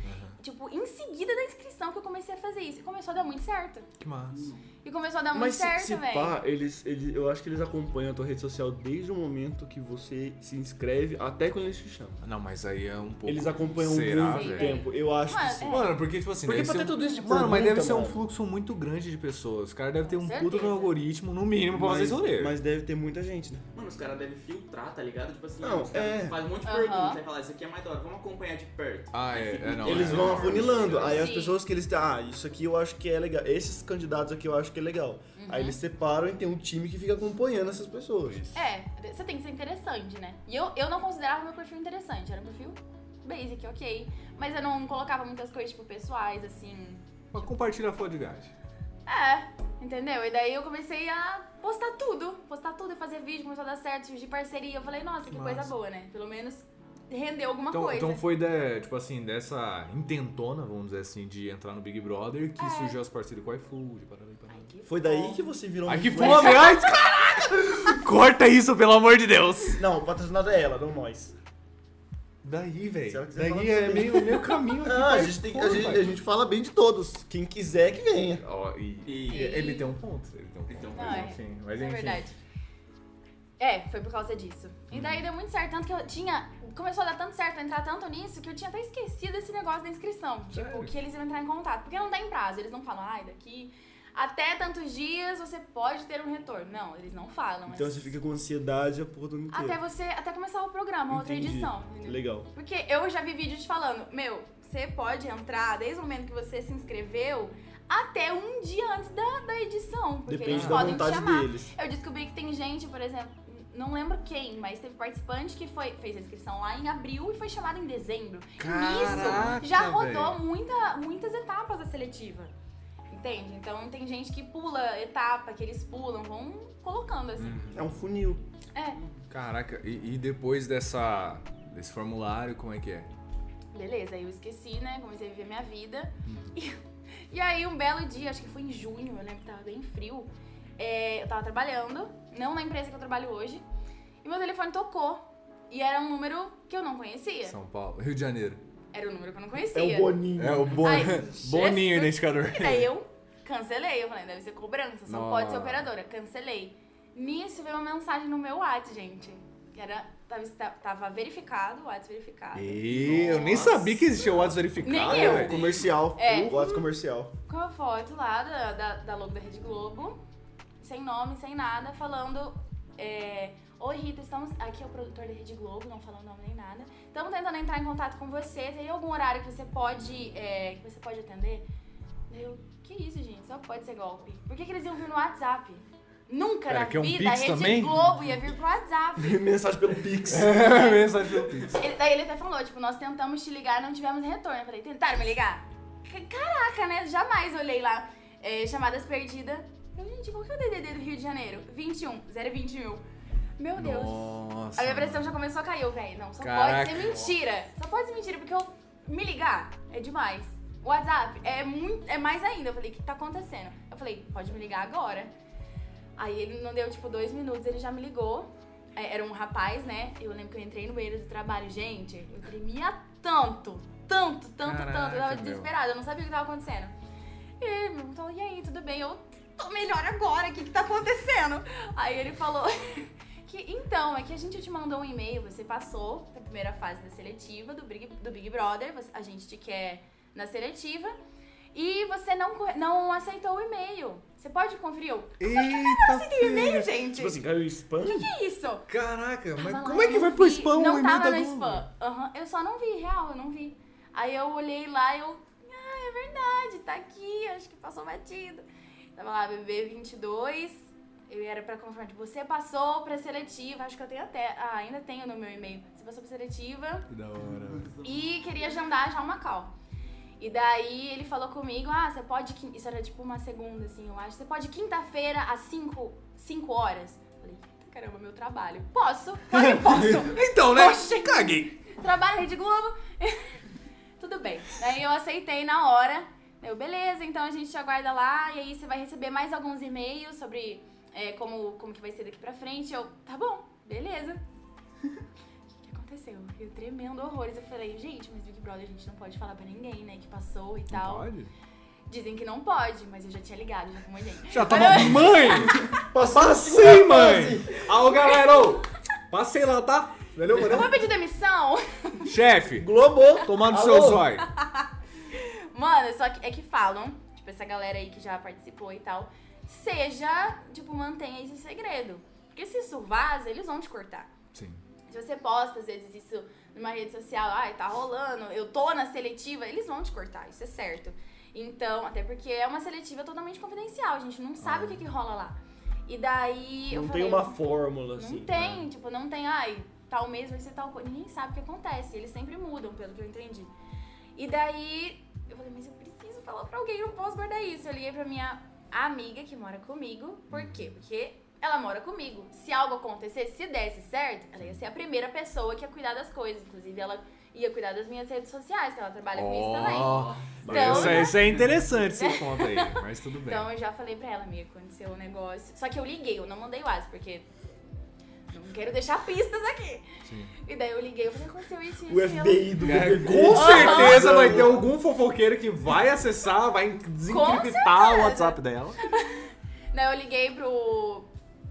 S3: Tipo, em seguida da inscrição que eu comecei a fazer isso. E começou a dar muito certo.
S1: Que massa.
S3: E começou a dar muito
S4: Mas se,
S3: certo,
S4: se
S3: velho.
S4: pá, eles, eles, eu acho que eles acompanham a tua rede social desde o momento que você se inscreve até quando eles te chamam.
S1: Não, mas aí é um pouco.
S4: Eles acompanham
S1: Será,
S4: muito
S3: velho?
S4: tempo. Eu acho que
S3: Mano,
S4: sim.
S3: é.
S1: Mano, porque, tipo assim.
S4: Porque
S1: deve
S4: pra
S1: ser
S4: ter tudo isso de
S1: Mano, mas
S4: pergunta,
S1: deve ser um
S4: mano.
S1: fluxo muito grande de pessoas. Os caras devem ter
S3: Com
S1: um puto
S3: certeza.
S1: no algoritmo, no mínimo, pra fazer
S4: mas,
S1: esse rolê.
S4: mas deve ter muita gente, né?
S6: Mano, os caras devem filtrar, tá ligado? Tipo assim,
S4: Não,
S6: os caras
S4: é.
S6: fazem um monte de
S3: Aham.
S6: pergunta e falam, isso aqui é mais da hora, vamos acompanhar de perto.
S1: Ah, é, é não.
S4: Eles
S1: é.
S4: vão afunilando. Aí as
S3: Sim.
S4: pessoas que eles têm, ah, isso aqui eu acho que é legal. Esses candidatos aqui eu acho que é legal.
S3: Uhum.
S4: Aí eles separam e tem um time que fica acompanhando essas pessoas.
S3: É, você tem que ser interessante, né? E eu, eu não considerava meu perfil interessante, era um perfil basic, ok. Mas eu não colocava muitas coisas, tipo, pessoais, assim.
S1: Mas compartilha a foto de gás.
S3: É, entendeu? E daí eu comecei a postar tudo, postar tudo e fazer vídeo, começou a dar certo, surgir parceria. Eu falei, nossa, que
S1: Massa.
S3: coisa boa, né? Pelo menos rendeu alguma
S1: Então,
S3: coisa.
S1: então foi, de, tipo assim, dessa intentona, vamos dizer assim, de entrar no Big Brother
S4: É.
S1: que surgiu as parcerias com o iFood. Parada, aí, parada.
S3: Ai, que
S4: Foi daí que você virou um
S1: Ai, que
S4: influencer.
S1: fome! Ai, caraca! Corta isso, pelo amor de Deus!
S4: Não, o patrocinado é ela, não nós. Será
S1: Daí, velho.
S4: que você fala
S1: Daí
S4: que
S1: é
S4: tem?
S1: meio, meio caminho aqui.
S4: Ah,
S1: pra
S4: a gente, tem, a,
S1: iFood,
S4: gente,
S1: pai.
S4: a gente fala bem de todos. Quem quiser que venha.
S1: Ó, e,
S6: E-
S1: e ele tem um ponto. Ele tem um ponto.
S4: é.
S6: Ele tem um
S3: ponto.
S1: Enfim, mas
S3: É
S1: enfim.
S3: verdade. É, foi por causa disso. E
S4: Hum.
S3: daí deu muito certo, tanto que eu tinha. Começou a dar tanto certo, a entrar tanto nisso, que eu tinha até esquecido esse negócio da inscrição.
S1: Sério?
S3: Tipo, que eles iam entrar em contato. Porque não tem prazo, eles não falam, ai, daqui até tantos dias você pode ter um retorno. Não, eles não falam.
S4: Então
S3: mas-
S4: você fica com ansiedade a porra do ano inteiro.
S3: Até você. Até começar o programa, outra
S4: Entendi.
S3: edição, entendeu?
S4: Legal.
S3: Porque eu já vi vídeos falando, meu, você pode entrar desde o momento que você se inscreveu até um dia antes da, da edição. Porque
S4: Depende
S3: eles
S4: da
S3: podem te
S4: vontade
S3: chamar.
S4: deles.
S3: Eu descobri que tem gente, por exemplo, não lembro quem, mas teve participante que foi, fez a inscrição lá em abril e foi chamado em dezembro.
S1: Caraca,
S3: Nisso, já
S1: velho.
S3: rodou muita, muitas etapas da seletiva. Entende? Então tem gente que pula etapa, que eles pulam, vão colocando assim.
S1: Uhum.
S4: É um funil.
S1: Caraca, e, e depois dessa. desse formulário, como é que é?
S3: Beleza, aí eu esqueci, né? Comecei a viver minha vida. E, e aí, um belo dia, acho que foi em junho, eu lembro que tava bem frio. é, eu tava trabalhando, não na empresa que eu trabalho hoje, e meu telefone tocou. E era um número que eu não conhecia.
S1: São Paulo, Rio de Janeiro.
S3: Era um número que eu não
S4: É o
S3: conhecia.
S4: boninho.
S1: É o bon...
S3: Ai,
S1: Boninho
S3: Jesus.
S1: identificador.
S3: E daí eu cancelei. Eu falei, "Ah, deve ser cobrança, só
S1: Nossa.
S3: pode ser operadora. Cancelei. Nisso veio uma mensagem no meu WhatsApp, gente. Que era. Tava, tava verificado, o WhatsApp verificado.
S1: E eu nem sabia que existia o WhatsApp verificado.
S3: Nem eu.
S4: né?
S1: velho.
S4: Comercial.
S3: É.
S4: O Voto comercial.
S3: com a foto lá da, da, da logo da Rede Globo, sem nome, sem nada, falando. É, Oi Rita, estamos. Aqui é o produtor da Rede Globo, não falando nome nem nada. Estamos tentando entrar em contato com você. Tem algum horário que você pode. é, que você pode atender? Daí Eu, que isso, gente? Só pode ser golpe. Por que, que eles iam vir no WhatsApp? Nunca
S1: Pera,
S3: na
S1: quer um
S3: vida a
S1: Pix
S3: Rede
S1: também?
S3: Globo ia vir pro WhatsApp.
S4: Mensagem pelo Pix.
S1: É, mensagem do Pix.
S3: Ele, daí ele até falou, tipo, nós tentamos te ligar e não tivemos retorno. Eu falei, tentaram me ligar? C- Caraca, né? Jamais olhei lá. É, chamadas perdidas. Eu, gente, qual que é o DDD do Rio de Janeiro? 21, 021. Meu Deus.
S1: Nossa.
S3: A minha pressão já começou a cair, eu, velho. Não, só
S1: Caraca.
S3: pode ser mentira. Só pode ser mentira, porque eu me ligar é demais. O WhatsApp é muito. é mais ainda. Eu falei, o que tá acontecendo? Eu falei, pode me ligar agora. Aí ele não deu tipo dois minutos, ele já me ligou. É, Era um rapaz, né? Eu lembro que eu entrei no banheiro do trabalho, gente, eu tremia tanto, tanto, tanto, tanto. Eu
S1: Caraca,
S3: tava
S1: meu.
S3: desesperada, eu não sabia o que tava acontecendo. E ele me perguntou, e aí, tudo bem? Eu tô melhor agora, o que que tá acontecendo? Aí ele falou que, então, é que a gente te mandou um e-mail, você passou a primeira fase da seletiva do Big, do Big Brother, você- a gente te quer na seletiva, e você não, co- não aceitou o e-mail. Você pode conferir? Eu,
S1: Eita.
S3: e-mail, gente?
S4: Tipo assim, caiu spam?
S3: que é? isso?
S1: Caraca,
S3: Tava lá,
S1: mas como é
S3: eu
S1: que
S3: não
S1: vai pro
S3: vi.
S1: spam tá o
S3: Não
S1: e-mail
S3: tava
S1: da
S3: no
S1: Globo?
S3: spam. Aham, Eu só não vi, real, eu não vi. Aí eu olhei lá e eu... Ah, é verdade, tá aqui, acho que passou batido. Tava lá, BB22, eu era pra confirmar, tipo, você passou pra seletiva, acho que eu tenho até... Ah, ainda tenho no meu e-mail. Você passou pra seletiva,
S1: Que da hora.
S3: e queria agendar já uma call. E daí ele falou comigo, ah, você pode... quin-" Isso era tipo uma segunda, assim, eu acho. Você pode quinta-feira às 5 cinco horas? Eu Falei, "Eita, caramba, meu trabalho. Posso? Claro que posso.
S1: Então, né?
S3: Oxi.
S1: Caguei.
S3: Trabalho Rede Globo. Tudo bem. Daí eu aceitei na hora. Eu, beleza, então a gente te aguarda lá. E aí você vai receber mais alguns e-mails sobre é, como, como que vai ser daqui pra frente. Eu, tá bom, beleza. O que, que aconteceu? Eu tremendo horrores. Eu falei, gente, mas Big Brother a gente não pode falar pra ninguém, né? Que passou e tal.
S1: Pode?
S3: Dizem que não pode, mas eu já tinha ligado, já comunhei.
S1: Já tava. Mãe!
S4: assim,
S1: Passei, assim, mãe! Alô, galera! ô. Passei lá, tá? Valeu,
S3: Eu
S1: valeu.
S3: vou pedir demissão.
S1: Chefe,
S4: Globo!
S1: tomando
S4: Alô?
S1: seu zóio.
S3: Mano, só que é que falam, tipo, essa galera aí que já participou e tal, seja, tipo, mantenha esse segredo. Porque se isso vaza, eles vão te cortar.
S1: Sim.
S3: Se você posta, às vezes, isso numa rede social, ai, tá rolando, eu tô na seletiva, eles vão te cortar, isso é certo. Então, até porque é uma seletiva totalmente confidencial, a gente não sabe o que, que rola lá. E daí eu
S4: Ah. Não
S3: falei.
S4: tem uma fórmula assim.
S3: Não tem, tipo, não tem, ai, tal mês vai ser tal coisa. Ninguém sabe o que acontece. Eles sempre mudam, pelo que eu entendi. E daí, eu falei, mas eu preciso falar pra alguém, eu não posso guardar isso. Eu liguei pra minha amiga que mora comigo. Por quê? Porque ela mora comigo. Se algo acontecesse, se desse certo, ela ia ser a primeira pessoa que ia cuidar das coisas. Inclusive, ela ia cuidar das minhas redes sociais, que ela trabalha com isso também.
S1: Ó,
S3: Então,
S1: isso, é, isso é interessante esse ponto aí, mas tudo bem.
S3: Então eu já falei pra ela, amiga, aconteceu um negócio. Só que eu liguei, eu não mandei o WhatsApp, porque não quero deixar pistas aqui.
S1: Sim.
S3: E daí eu liguei, eu falei, aconteceu isso, isso,
S4: O
S3: e ela-
S4: FBI do
S1: É,
S4: BBB.
S1: com certeza
S4: Aham.
S1: vai ter um algum fofoqueiro que vai acessar, vai desencriptar o
S3: certeza.
S1: WhatsApp dela.
S3: Daí eu liguei pro.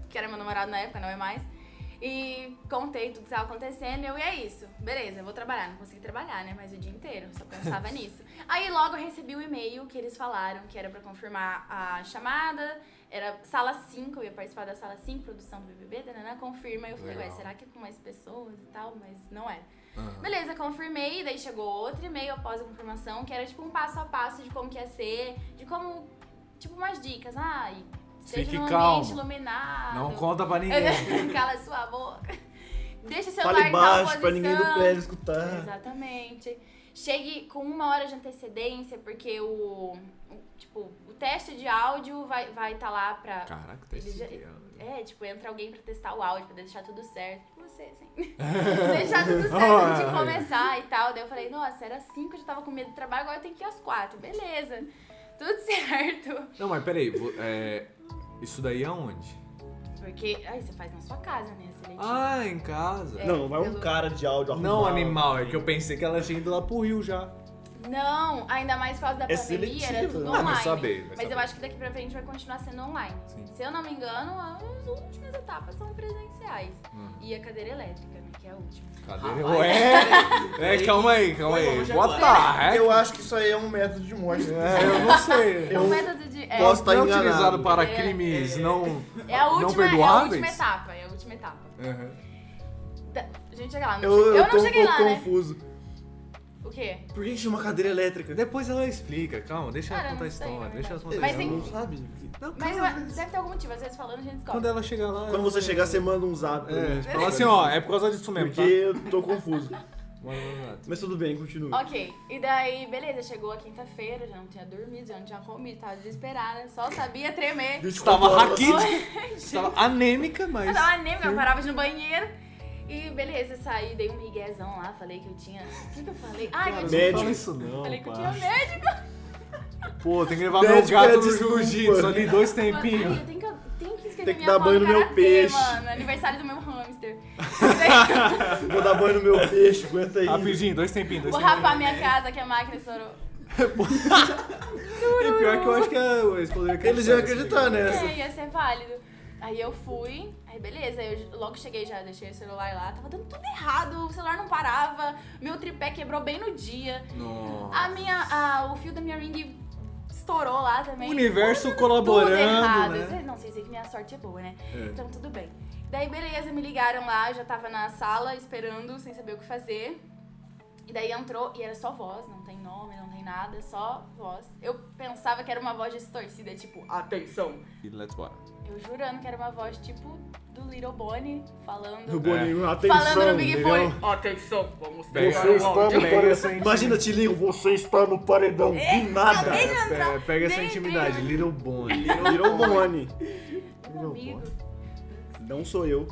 S3: que era meu namorado na época, não é mais. E contei tudo que tava acontecendo. Eu, e é isso. Beleza, eu vou trabalhar. Não consegui trabalhar, né? Mas o dia inteiro, só pensava nisso. Aí logo eu recebi o e-mail que eles falaram que era pra confirmar a chamada. Era sala 5, eu ia participar da sala 5, produção do BBB, danana, confirma. Eu falei, ué,
S1: Legal.
S3: será que é com mais pessoas e tal? Mas não era. Beleza, confirmei, daí chegou outro e-mail após a confirmação, que era tipo um passo a passo de como que ia ser, de como. Tipo, umas dicas. Ah, e esteja
S1: Fique
S3: num
S1: calmo.
S3: ambiente iluminado.
S1: Não conta pra ninguém.
S3: Cala sua boca. Deixa o celular
S4: Fale
S3: em tal
S4: baixo pra ninguém do
S3: Então posição.
S4: prédio escutar.
S3: Exatamente. Chegue com uma hora de antecedência, porque o. o- tipo, o teste de áudio vai estar vai tá lá pra.
S1: Caraca, tá
S3: Ele
S1: esse
S3: já-
S1: dia.
S3: É, tipo, entra alguém pra testar o áudio, pra deixar tudo certo. Tipo você, assim. deixar tudo certo antes de
S1: Ai.
S3: começar e tal. Daí eu falei, nossa, era 5, eu já tava com medo do trabalho, agora tem que ir às 4. Beleza. Tudo certo.
S1: Não, mas peraí, vo- é, isso daí é onde?
S3: Porque. Ai, você faz na sua casa, né? Essa leitinha.
S1: Ah, em casa.
S3: É,
S4: Não, vai um
S3: pelo-
S4: cara de áudio
S1: Não,
S4: arrumado.
S1: animal, é que eu pensei que ela tinha ido lá pro Rio já.
S3: Não, ainda mais por causa da
S4: É
S3: pandemia, era
S4: seletivo,
S3: tudo
S4: né?
S1: Ah,
S3: online.
S1: vai saber, vai
S3: mas
S1: saber.
S3: eu acho que daqui pra frente vai continuar sendo online.
S1: Sim.
S3: Se eu não me engano, as últimas etapas são presenciais.
S4: Hum.
S3: E a cadeira elétrica, né? Que é a última.
S1: Cadê?
S6: Rapaz,
S1: Ué! É, calma aí, calma
S6: Foi
S1: aí.
S6: longe
S1: What
S6: agora.
S1: the heck?
S4: Eu acho que isso aí é um método de morte.
S1: É, eu não sei.
S3: o método de. É,
S4: posso tá
S1: não é
S4: enganado.
S1: utilizado para crimes não,
S3: é a
S1: não
S3: última, é a última
S1: perdoáveis?
S3: etapa. É a última etapa.
S1: Uhum.
S3: Da- A gente chega lá. Não
S4: Eu,
S3: che- eu,
S4: eu
S3: não
S4: tô um
S3: cheguei
S4: pouco
S3: lá, né?
S4: confuso.
S3: O quê?
S4: Por que que chama cadeira elétrica?
S1: Depois ela explica, calma, deixa
S3: Cara,
S1: ela contar a
S3: não sei,
S1: história.
S3: na
S1: Deixa ela contar a
S3: Mas
S1: história.
S3: tem-
S4: Não sabe.
S1: Não,
S3: Mas
S1: calma.
S3: ué, deve ter algum motivo. Às vezes falando, a gente descobre.
S1: Quando ela chegar lá.
S4: Quando você chegar, você manda um zap. pra
S1: É,
S4: mim.
S1: fala assim, ó, é por causa disso mesmo.
S4: Porque eu tô confuso.
S1: Tá? Mano, mano, mano.
S4: Mas tudo bem, continua.
S3: Ok, e daí, beleza, chegou a quinta-feira, já não tinha dormido, já não tinha comido, tava desesperada, só sabia tremer.
S4: 24
S1: Estava
S4: horas.
S1: raquítica, estava anêmica, mas.
S3: Eu tava anêmica, eu parava de ir no banheiro. E beleza, saí, dei um miguezão lá, falei que eu tinha. O que, que eu falei? Ah, que eu tinha.
S1: Não
S4: Médico.
S1: fala isso não,
S3: Falei que eu
S1: pá.
S3: tinha médico.
S1: Pô, tem que levar
S4: Pede
S1: meu gato
S4: pra
S1: no
S4: desculpa.
S1: jiu-jitsu ali dois
S3: Ai,
S1: tempinhos.
S3: eu tenho que, tenho que escrever
S4: Tem que
S3: minha
S4: dar
S3: foto
S4: banho no meu
S3: karatê,
S4: peixe.
S3: mano. Aniversário do meu hamster. E
S4: Vou dar banho no meu peixe, aguenta aí.
S1: Rapidinho, dois tempinhos,
S3: daí,
S1: dois
S3: Vou
S1: tempinhos.
S3: rapar minha casa que a máquina estourou.
S1: E pior que eu acho que é assim. a ex poderia acreditar.
S4: Eles iam acreditar nessa.
S3: É, ia ser válido. Aí eu fui, aí beleza, eu logo cheguei já, deixei o celular lá, tava dando tudo errado, o celular não parava, meu tripé quebrou bem no dia,
S1: Nossa.
S3: a minha, a- o fio da minha ring estourou lá também.
S1: O universo
S3: tudo errado.
S1: colaborando, né?
S3: Eu Não sei, sei que minha sorte é boa, né? Então tudo bem. Daí beleza, me ligaram lá, eu já tava na sala esperando, sem saber o que fazer. E daí entrou e era só voz, não tem nome, não tem nada, só voz. Eu pensava que era uma voz distorcida, tipo, atenção.
S1: E let's bora.
S3: Eu jurando que era uma voz tipo do Little Bonnie
S4: Do
S3: falando.
S4: Boninho, atenção.
S3: Falando no Big
S4: entendeu?
S3: Fone.
S6: Atenção, vamos
S4: É. Você
S6: o
S4: está
S6: áudio.
S4: no paredão. Imagina, Tilinho, você está no paredão. Do nada.
S1: Pega, pega essa
S3: Nem
S1: intimidade,
S3: tem.
S1: Little Bonnie.
S4: Virou um Boni.
S3: Meu amigo.
S4: Não sou eu.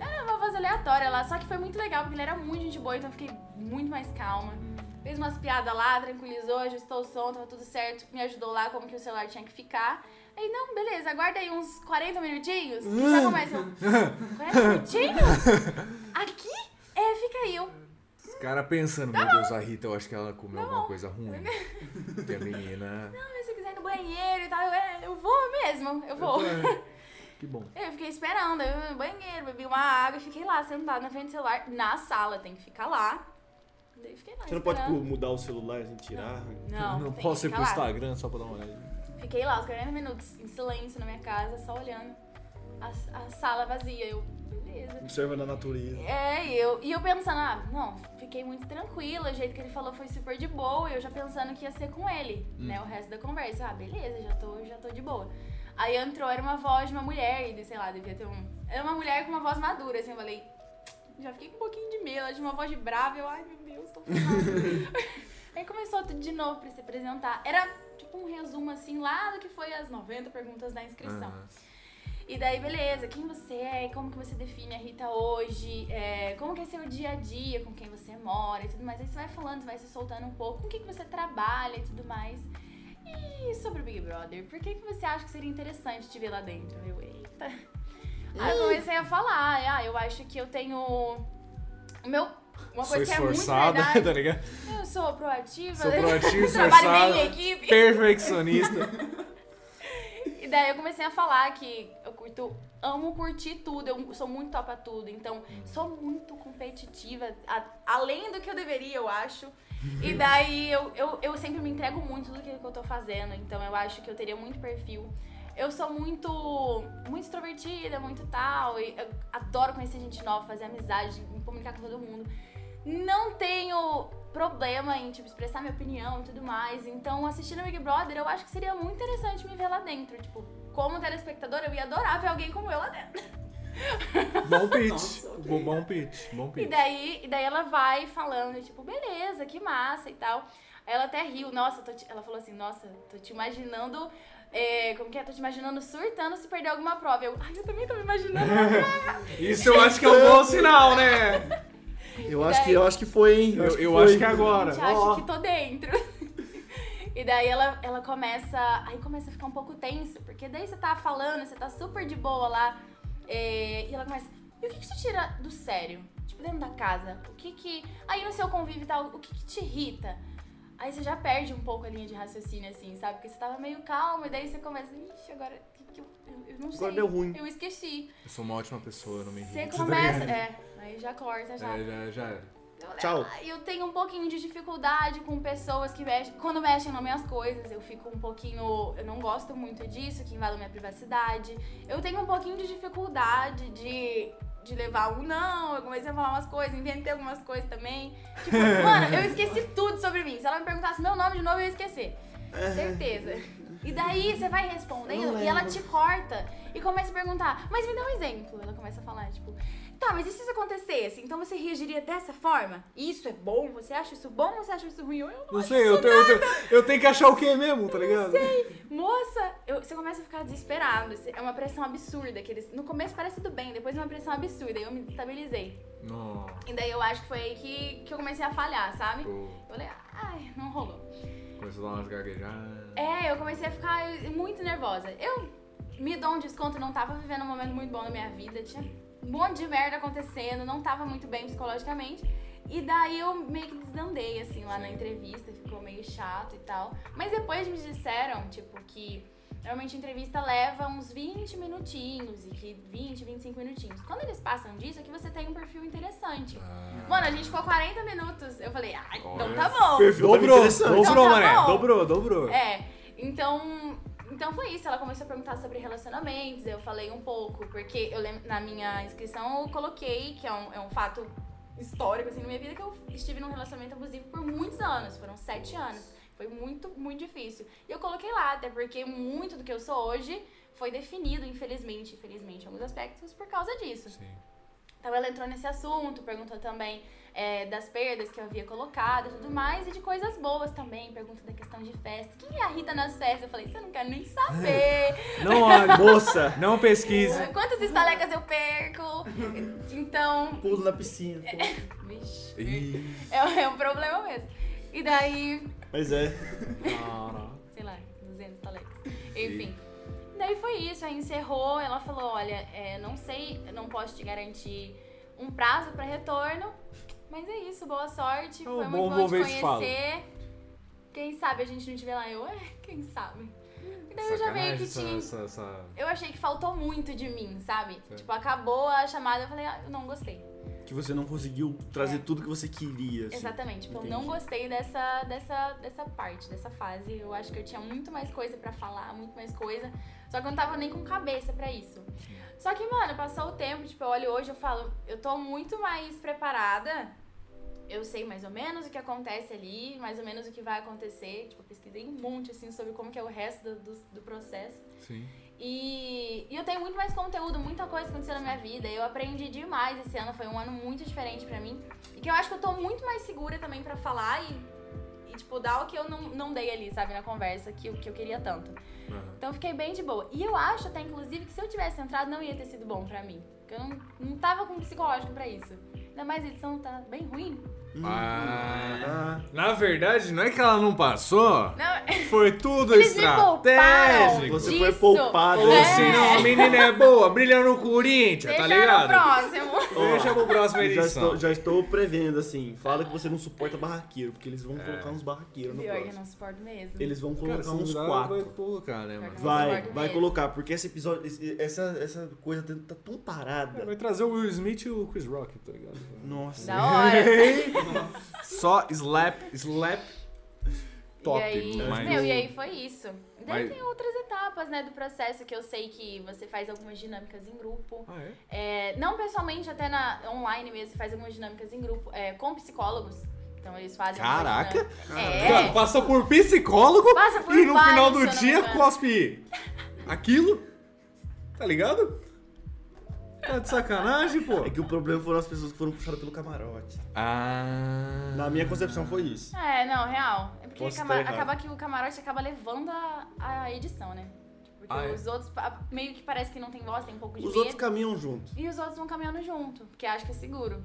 S1: É,
S3: Era uma voz aleatória lá, só que foi muito legal, porque ele era muito gente boa, então eu fiquei muito mais calma. Fez umas piadas lá, tranquilizou, ajustou o som, tava tudo certo, me ajudou lá como que o celular tinha que ficar. Aí, não, beleza, aguarda aí uns 40 minutinhos, que já começa. Eu, 40 minutinhos? Aqui? É, fica aí. Eu,
S1: Os caras pensando, meu Deus, a Rita, eu acho que ela comeu alguma coisa ruim. Porque a menina.
S3: não, "Ah, mas se quiser ir no banheiro e tal, eu, é, eu vou mesmo, eu vou.
S1: Que bom.
S3: Eu fiquei esperando, eu fui no banheiro, bebi uma água, fiquei lá sentada na frente do celular, na sala, tem que ficar lá. Daí fiquei lá.
S4: Você não pode tipo,
S3: esperando.
S4: mudar o celular, assim, tirar.
S3: Não,
S1: não
S3: tem
S1: posso
S3: que
S1: ir pro
S3: ficar lá.
S1: Instagram só pra dar uma olhada.
S3: Fiquei lá os 40 minutos em silêncio na minha casa, só olhando a, a sala vazia. Eu, beleza.
S4: Observa na natureza.
S3: É, e eu, e eu pensando, ah, não, fiquei muito tranquila, o jeito que ele falou foi super de boa, e eu já pensando que ia ser com ele, né, o resto da conversa. Ah, beleza, já tô, já tô de boa. Aí entrou, era uma voz de uma mulher, e sei lá, devia ter um. Era uma mulher com uma voz madura, assim, eu falei. Já fiquei com um pouquinho de medo, ela tinha uma voz de brava, eu, ai meu Deus, tô ferrada. Aí começou tudo de novo pra se apresentar. Era tipo um resumo, assim, lá do que foi as 90 perguntas da inscrição.
S1: Ah,
S3: E daí, beleza, quem você é, como que você define a Rita hoje, é, como que é seu dia a dia, com quem você mora e tudo mais. Aí você vai falando, você vai se soltando um pouco, com o que, que você trabalha e tudo mais. E sobre o Big Brother, por que, que você acha que seria interessante te ver lá dentro? Eu, eita. Aí eu comecei a falar, ah, eu acho que eu tenho. O meu. Uma
S1: Sou
S3: coisa que é muito
S1: esforçada,
S3: verdade.
S1: tá ligado?
S3: Eu sou proativa,
S1: Sou proativo,
S3: trabalho bem
S1: esforçada,
S3: em equipe.
S1: perfeccionista.
S3: E E daí eu comecei a falar que eu curto, amo curtir tudo, eu sou muito top a tudo, então sou muito competitiva, a- além do que eu deveria, eu acho. E daí eu, eu, eu sempre me entrego muito do que eu tô fazendo, então eu acho que eu teria muito perfil. Eu sou muito muito extrovertida, muito tal, e eu adoro conhecer gente nova, fazer amizade, me comunicar com todo mundo. Não tenho problema em tipo expressar minha opinião e tudo mais. Então, assistindo Big Brother, eu acho que seria muito interessante me ver lá dentro, tipo, como telespectador, eu ia adorar ver alguém como eu lá dentro.
S1: Bom pitch.
S6: Nossa, ok.
S1: bom, bom pitch. Bom
S3: E
S1: pitch.
S3: daí, e daí ela vai falando, tipo, beleza, que massa e tal. Aí ela até riu, nossa, tô te- ela falou assim, nossa, tô te imaginando. é, como que é? Tô te imaginando surtando se perder alguma prova. Eu, ai, eu também tô me imaginando.
S1: Isso eu acho que é um bom sinal, né?
S4: Eu acho que, eu acho que foi, hein?
S1: Eu, eu
S4: foi.
S1: acho que é agora.
S3: Gente,
S1: Ó,
S3: acho
S1: ó.
S3: que tô dentro. E daí ela, ela começa. Aí começa a ficar um pouco tenso, porque daí você tá falando, você tá super de boa lá. é, e ela começa. E o que, que te tira do sério? Tipo, dentro da casa? O que que. Aí no seu convívio e tal, o que, que te irrita? Aí você já perde um pouco a linha de raciocínio, assim, sabe? Porque você tava meio calmo, e daí você começa. Ixi, agora. o Que que eu, eu- eu não sei.
S4: Agora deu ruim."
S3: Eu esqueci.
S1: Eu sou uma ótima pessoa, não me
S3: Você
S1: irrito. tá
S3: começa. É, aí já corta, já.
S1: É, já, já era.
S3: Eu-
S4: Tchau.
S3: Eu tenho um pouquinho de dificuldade com pessoas que mexem. Quando mexem nas minhas coisas, eu fico um pouquinho. Eu não gosto muito disso, que invadam minha privacidade. Eu tenho um pouquinho de dificuldade de. De levar um não, eu comecei a falar umas coisas, inventei algumas coisas também. Tipo, mano, eu esqueci tudo sobre mim. Se ela me perguntasse meu nome de novo, eu ia esquecer. Certeza. E daí você vai respondendo e ela te corta e começa a perguntar, mas me dá um exemplo. Ela começa a falar, tipo, tá, mas e se isso acontecesse? Então você reagiria dessa forma? Isso é bom? Você acha isso bom ou você acha isso ruim? Eu, eu
S1: Não sei, eu, tenho- eu, tenho- eu tenho que achar o quê mesmo, tá ligado?
S3: Moça, eu- você começa a ficar desesperado. É uma pressão absurda. Que eles, no começo parece tudo bem, depois é uma pressão absurda. E eu me estabilizei.
S1: Não.
S3: E daí eu acho que foi aí que, que eu comecei a falhar, sabe? Eu
S1: Pô,
S3: falei, "Ah, ai, não rolou.
S1: Começou a dar umas gaguejadas.
S3: É, eu comecei a ficar muito nervosa. Eu me dou um desconto, não tava vivendo um momento muito bom na minha vida, tinha um monte de merda acontecendo, não tava muito bem psicologicamente. E daí eu meio que desandei, assim, lá na entrevista, ficou meio chato e tal. Mas depois me disseram, tipo, que normalmente a entrevista leva uns 20 minutinhos, e que 20, 25 minutinhos. Quando eles passam disso, é que você tem um perfil interessante. Mano, a gente ficou 40 minutos. Eu falei, ah, então tá bom.
S4: Perfil tava
S1: Dobrou,
S4: interessante.
S1: dobrou,
S3: Então tá
S1: mané.
S3: bom.
S1: Dobrou, dobrou.
S3: É, então, então foi isso. Ela começou a perguntar sobre relacionamentos, eu falei um pouco, porque eu lembro, na minha inscrição eu coloquei, que é um, é um fato histórico assim na minha vida, que eu estive num relacionamento abusivo por muitos anos, foram sete anos. Foi muito, muito difícil. E eu coloquei lá, até porque muito do que eu sou hoje foi definido, infelizmente, infelizmente, em alguns aspectos, por causa disso.
S1: Sim.
S3: Então ela entrou nesse assunto, perguntou também é, das perdas que eu havia colocado e tudo mais, e de coisas boas também, pergunta da questão de festa. Quem é a Rita nas festas? Eu falei, você não quer nem saber.
S1: Não olhe,
S4: Moça,
S1: não pesquise.
S3: Quantas estalecas eu perco? Então,
S2: Pulo na piscina.
S3: É. vixe,
S1: Ih,
S3: é, é um problema mesmo. E daí,
S4: Pois é.
S1: cara.
S3: sei lá, 200 talecas. Enfim. Daí foi isso, aí encerrou, ela falou, olha, é, não sei, eu não posso te garantir um prazo pra retorno, mas é isso, boa sorte,
S1: Então,
S3: foi
S1: bom,
S3: muito bom
S1: vou
S3: te
S1: ver se fala.
S3: conhecer. Quem sabe a gente não te vê lá, eu, é, quem sabe. E daí Então eu já
S1: Sacanagem
S3: meio que
S1: essa-
S3: te...
S1: essa- essa-
S3: Eu achei que faltou muito de mim, sabe?
S1: Certo.
S3: Tipo, acabou a chamada, eu falei, ah, eu não gostei.
S4: Que você não conseguiu trazer
S3: É.
S4: tudo que você queria. assim.
S3: Exatamente. Tipo, eu
S4: entendi.
S3: não gostei dessa, dessa, dessa parte, dessa fase. Eu acho que eu tinha muito mais coisa pra falar, muito mais coisa. Só que eu não tava nem com cabeça pra isso. Só que, mano, passou o tempo, tipo, eu olho hoje eu falo, eu tô muito mais preparada. Eu sei mais ou menos o que acontece ali, mais ou menos o que vai acontecer. Tipo, eu pesquisei um monte, assim, sobre como que é o resto do- do, do processo.
S1: Sim.
S3: E, e eu tenho muito mais conteúdo, muita coisa aconteceu na minha vida. Eu aprendi demais esse ano, foi um ano muito diferente pra mim. E que eu acho que eu tô muito mais segura também pra falar e, e, tipo, dar o que eu não, não dei ali, sabe, na conversa, que, eu- que eu queria tanto.
S1: Aham.
S3: Então eu fiquei bem de boa. E eu acho até, inclusive, que se eu tivesse entrado, não ia ter sido bom pra mim. Porque eu não, não tava com um psicológico pra isso. Ainda mais a edição tá bem ruim.
S1: Ah,
S4: Ah,
S1: na verdade, não é que ela não passou,
S3: Não,
S1: foi tudo
S3: Eles me pouparam.
S1: estratégico.
S4: você foi
S3: Disso.
S4: poupada.
S1: Ou
S3: É.
S1: se não, a menina é boa, brilha no Corinthians,
S3: deixa
S1: tá
S3: no
S1: ligado?
S3: próximo.
S1: Deixa pro próximo
S4: Eu Já
S1: edição.
S4: estou, já estou prevendo, assim. Fala que você não suporta barraqueiro, porque eles vão colocar uns barraqueiros no
S3: Pior que eu
S4: próximo.
S3: não suporto mesmo.
S4: Eles vão
S1: É. Cara,
S4: colocar
S1: se
S4: uns
S1: duvidar,
S4: quatro.
S1: Vai colocar, né, mano?
S3: Vai.
S4: Vai,
S3: Concordo
S4: vai
S3: mesmo.
S4: colocar, porque esse episódio, esse- essa, essa coisa tá tão parada.
S1: Vai trazer o Will Smith e o Chris Rock, tá ligado?
S4: Nossa.
S3: Da hora.
S1: Só slap, slap. Top,
S3: e aí,
S1: mas-
S3: meu, e aí foi isso. E daí
S1: Mas-
S3: tem outras etapas, né, do processo que eu sei que você faz algumas dinâmicas em grupo.
S1: Ah, é?
S3: É, não pessoalmente, até na online mesmo, você faz algumas dinâmicas em grupo, é, com psicólogos. Então eles fazem. algumas
S1: Caraca!
S3: dinâmicas.
S1: Cara,
S3: É,
S1: passa por psicólogo
S3: Passa por
S1: e no
S3: vários,
S1: final
S3: se
S1: do
S3: eu não me
S1: dia
S3: engano.
S1: cospe aquilo. Tá ligado? Tá de sacanagem, pô.
S4: É que o problema foram as pessoas que foram puxadas pelo camarote.
S1: Ah.
S4: Na minha concepção foi isso.
S3: é, não, real. É porque
S4: Posso
S3: cama-
S4: estar errado.
S3: acaba que o camarote acaba levando a, a edição, né? Porque
S1: Ah, é.
S3: os outros pa- meio que parece que não tem voz, tem um pouco de
S4: Os
S3: medo.
S4: outros caminham junto.
S3: E os outros vão caminhando junto, porque acha que é seguro.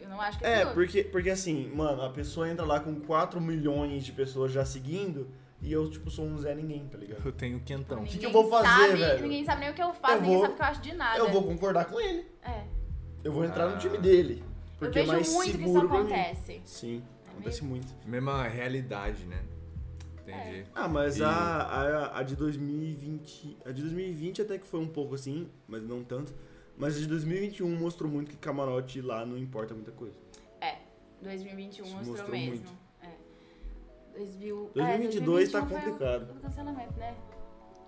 S3: Eu não acho que é,
S4: É,
S3: seguro.
S4: porque, porque assim, mano, a pessoa entra lá com 4 milhões de pessoas já seguindo e eu, tipo, sou um Zé Ninguém, tá ligado?
S1: Eu tenho quentão.
S3: Ninguém
S4: que eu vou fazer,
S3: sabe,
S4: velho?
S3: Ninguém sabe nem o que eu faço,
S4: Eu
S3: ninguém
S4: vou-
S3: sabe o que eu acho de nada.
S4: Eu vou concordar com ele.
S3: É.
S4: Eu vou entrar
S1: Ah.
S4: no time dele. Porque
S3: eu
S4: é
S3: vejo
S4: mais
S3: muito que isso
S4: seguro pra mim.
S3: acontece. Tá
S4: Sim, acontece muito.
S1: Mesma realidade, né? Entendi.
S3: É.
S4: Ah, mas
S1: E-
S4: a, a, a de 2020. A de 2020 até que foi um pouco assim, mas não tanto. Mas a de 2021 mostrou muito que camarote lá não importa muita coisa.
S3: 2021
S4: Isso
S3: mostrou,
S4: mostrou
S3: mesmo.
S4: muito.
S3: É. 2000...
S4: 2022
S3: é,
S4: tá
S3: 2021 foi o-
S4: complicado.
S3: o cancelamento, né?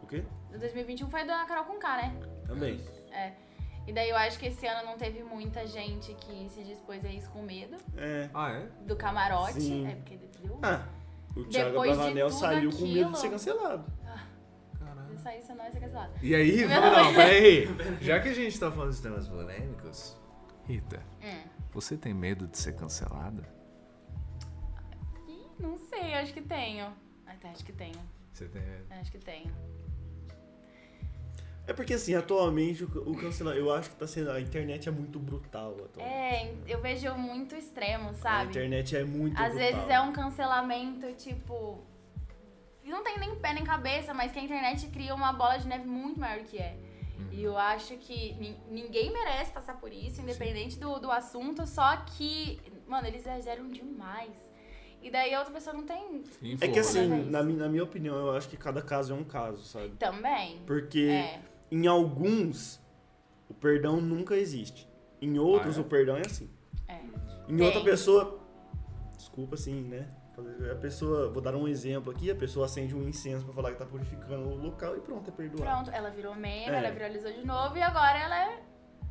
S4: O quê?
S3: O 2021 foi da Carol com K, né?
S4: Também.
S3: É. E daí eu acho que esse ano não teve muita gente que se dispôs a isso com medo
S4: É.
S1: Ah, é?
S3: do camarote.
S4: Sim.
S3: É porque deu.
S4: Ah, o Thiago
S3: Depois de
S4: Bravanel
S3: tudo
S4: saiu com medo
S3: aquilo-
S4: de ser cancelado.
S1: Caralho.
S3: Se sair, senão ia ser cancelado.
S1: E aí, não, peraí. Já que a gente tá falando de temas polêmicos, Rita,
S3: Hum.
S1: você tem medo de ser cancelada?
S3: Ih, não sei, acho que tenho. Até acho que tenho.
S1: Você tem medo?
S3: Acho que tenho.
S4: É porque assim, atualmente o, o cancelar, eu acho que tá sendo. A internet é muito brutal atualmente.
S3: É, eu vejo muito extremo,
S4: A
S3: sabe?
S4: internet é muito
S3: Às
S4: brutal.
S3: vezes é um cancelamento, tipo. Não tem nem pé nem cabeça, mas que a internet cria uma bola de neve muito maior do que é.
S4: Uhum.
S3: E eu acho que nin- ninguém merece passar por isso, independente do, do assunto, só que, mano, eles exageram demais. E daí a outra pessoa não tem
S4: É que assim,
S3: Toda vez.
S4: na, mi- na minha opinião, eu acho que cada caso é um caso, sabe?
S3: também.
S4: Porque
S3: É.
S4: em alguns o perdão nunca existe. Em outros
S1: Ah, é?
S4: o perdão é assim.
S3: É.
S4: Em
S3: Tem.
S4: outra pessoa, desculpa assim, né? A pessoa, vou dar um exemplo aqui, a pessoa acende um incenso pra falar que tá purificando o local e pronto, é perdoado.
S3: Pronto, ela virou meme,
S4: É.
S3: ela viralizou de novo e agora ela é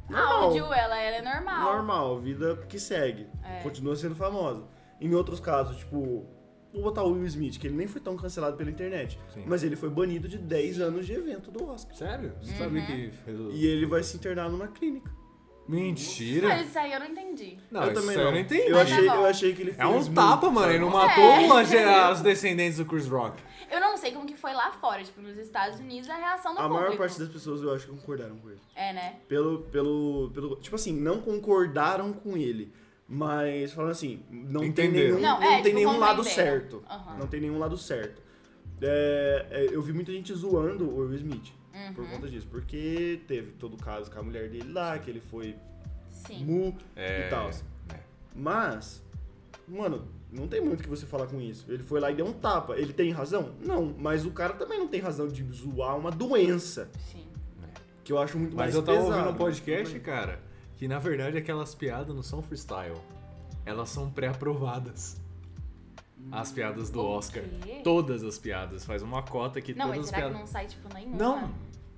S4: Normal.
S3: áudio, ela, ela é normal.
S4: Normal, vida que segue.
S3: É.
S4: Continua sendo famosa. Em outros casos, tipo, vou botar o Will Smith, que ele nem foi tão cancelado pela internet,
S1: Sim.
S4: mas ele foi banido de 10 anos de evento do Oscar.
S1: Sério?
S3: Uhum.
S1: Você sabia que fez o...
S4: E ele vai se internar numa clínica.
S3: Mas
S1: Mentira!
S3: isso aí eu não entendi.
S1: Não,
S4: eu
S1: isso
S4: também
S1: eu
S4: não.
S1: não entendi.
S4: Eu achei,
S3: bom.
S4: eu achei que ele fez
S1: É um
S4: muito,
S1: tapa, mano.
S4: sabe?
S1: Ele não
S3: É.
S1: matou a ge- os descendentes do Chris Rock.
S3: Eu não sei como que foi lá fora, tipo, nos Estados Unidos, a reação do
S4: A
S3: é público.
S4: maior parte das pessoas eu acho que concordaram com ele.
S3: É, né?
S4: Pelo, pelo, pelo. Tipo assim, não concordaram com ele. Mas falaram assim, não tem
S1: Entenderam.
S4: nenhum,
S3: Não,
S4: não,
S3: é,
S4: tem
S3: tipo,
S4: nenhum lado
S3: compreenderam.
S4: certo.
S3: Aham.
S4: Não tem nenhum lado certo. É, é, eu vi muita gente zoando o Will Smith por
S3: Uhum.
S4: conta disso. Porque teve todo o caso com a mulher dele lá, que ele foi
S3: Sim.
S4: mu
S1: É,
S4: e tal.
S1: é.
S4: Mas, mano, não tem muito o que você falar com isso. Ele foi lá e deu um tapa. Ele tem razão? Não, mas o cara também não tem razão de zoar uma doença,
S3: Sim.
S4: que eu acho muito
S1: Mas
S4: mais
S1: eu tava
S4: pesado.
S1: ouvindo um podcast, cara, que na verdade aquelas piadas não são freestyle. Elas são pré-aprovadas. As piadas do
S3: Hum, O
S1: Oscar.
S3: quê?
S1: Todas as piadas. Faz uma cota que
S3: Não,
S1: todas
S3: mas
S1: as
S3: será que
S1: piadas.
S3: não sai, tipo, nenhuma?
S1: Não,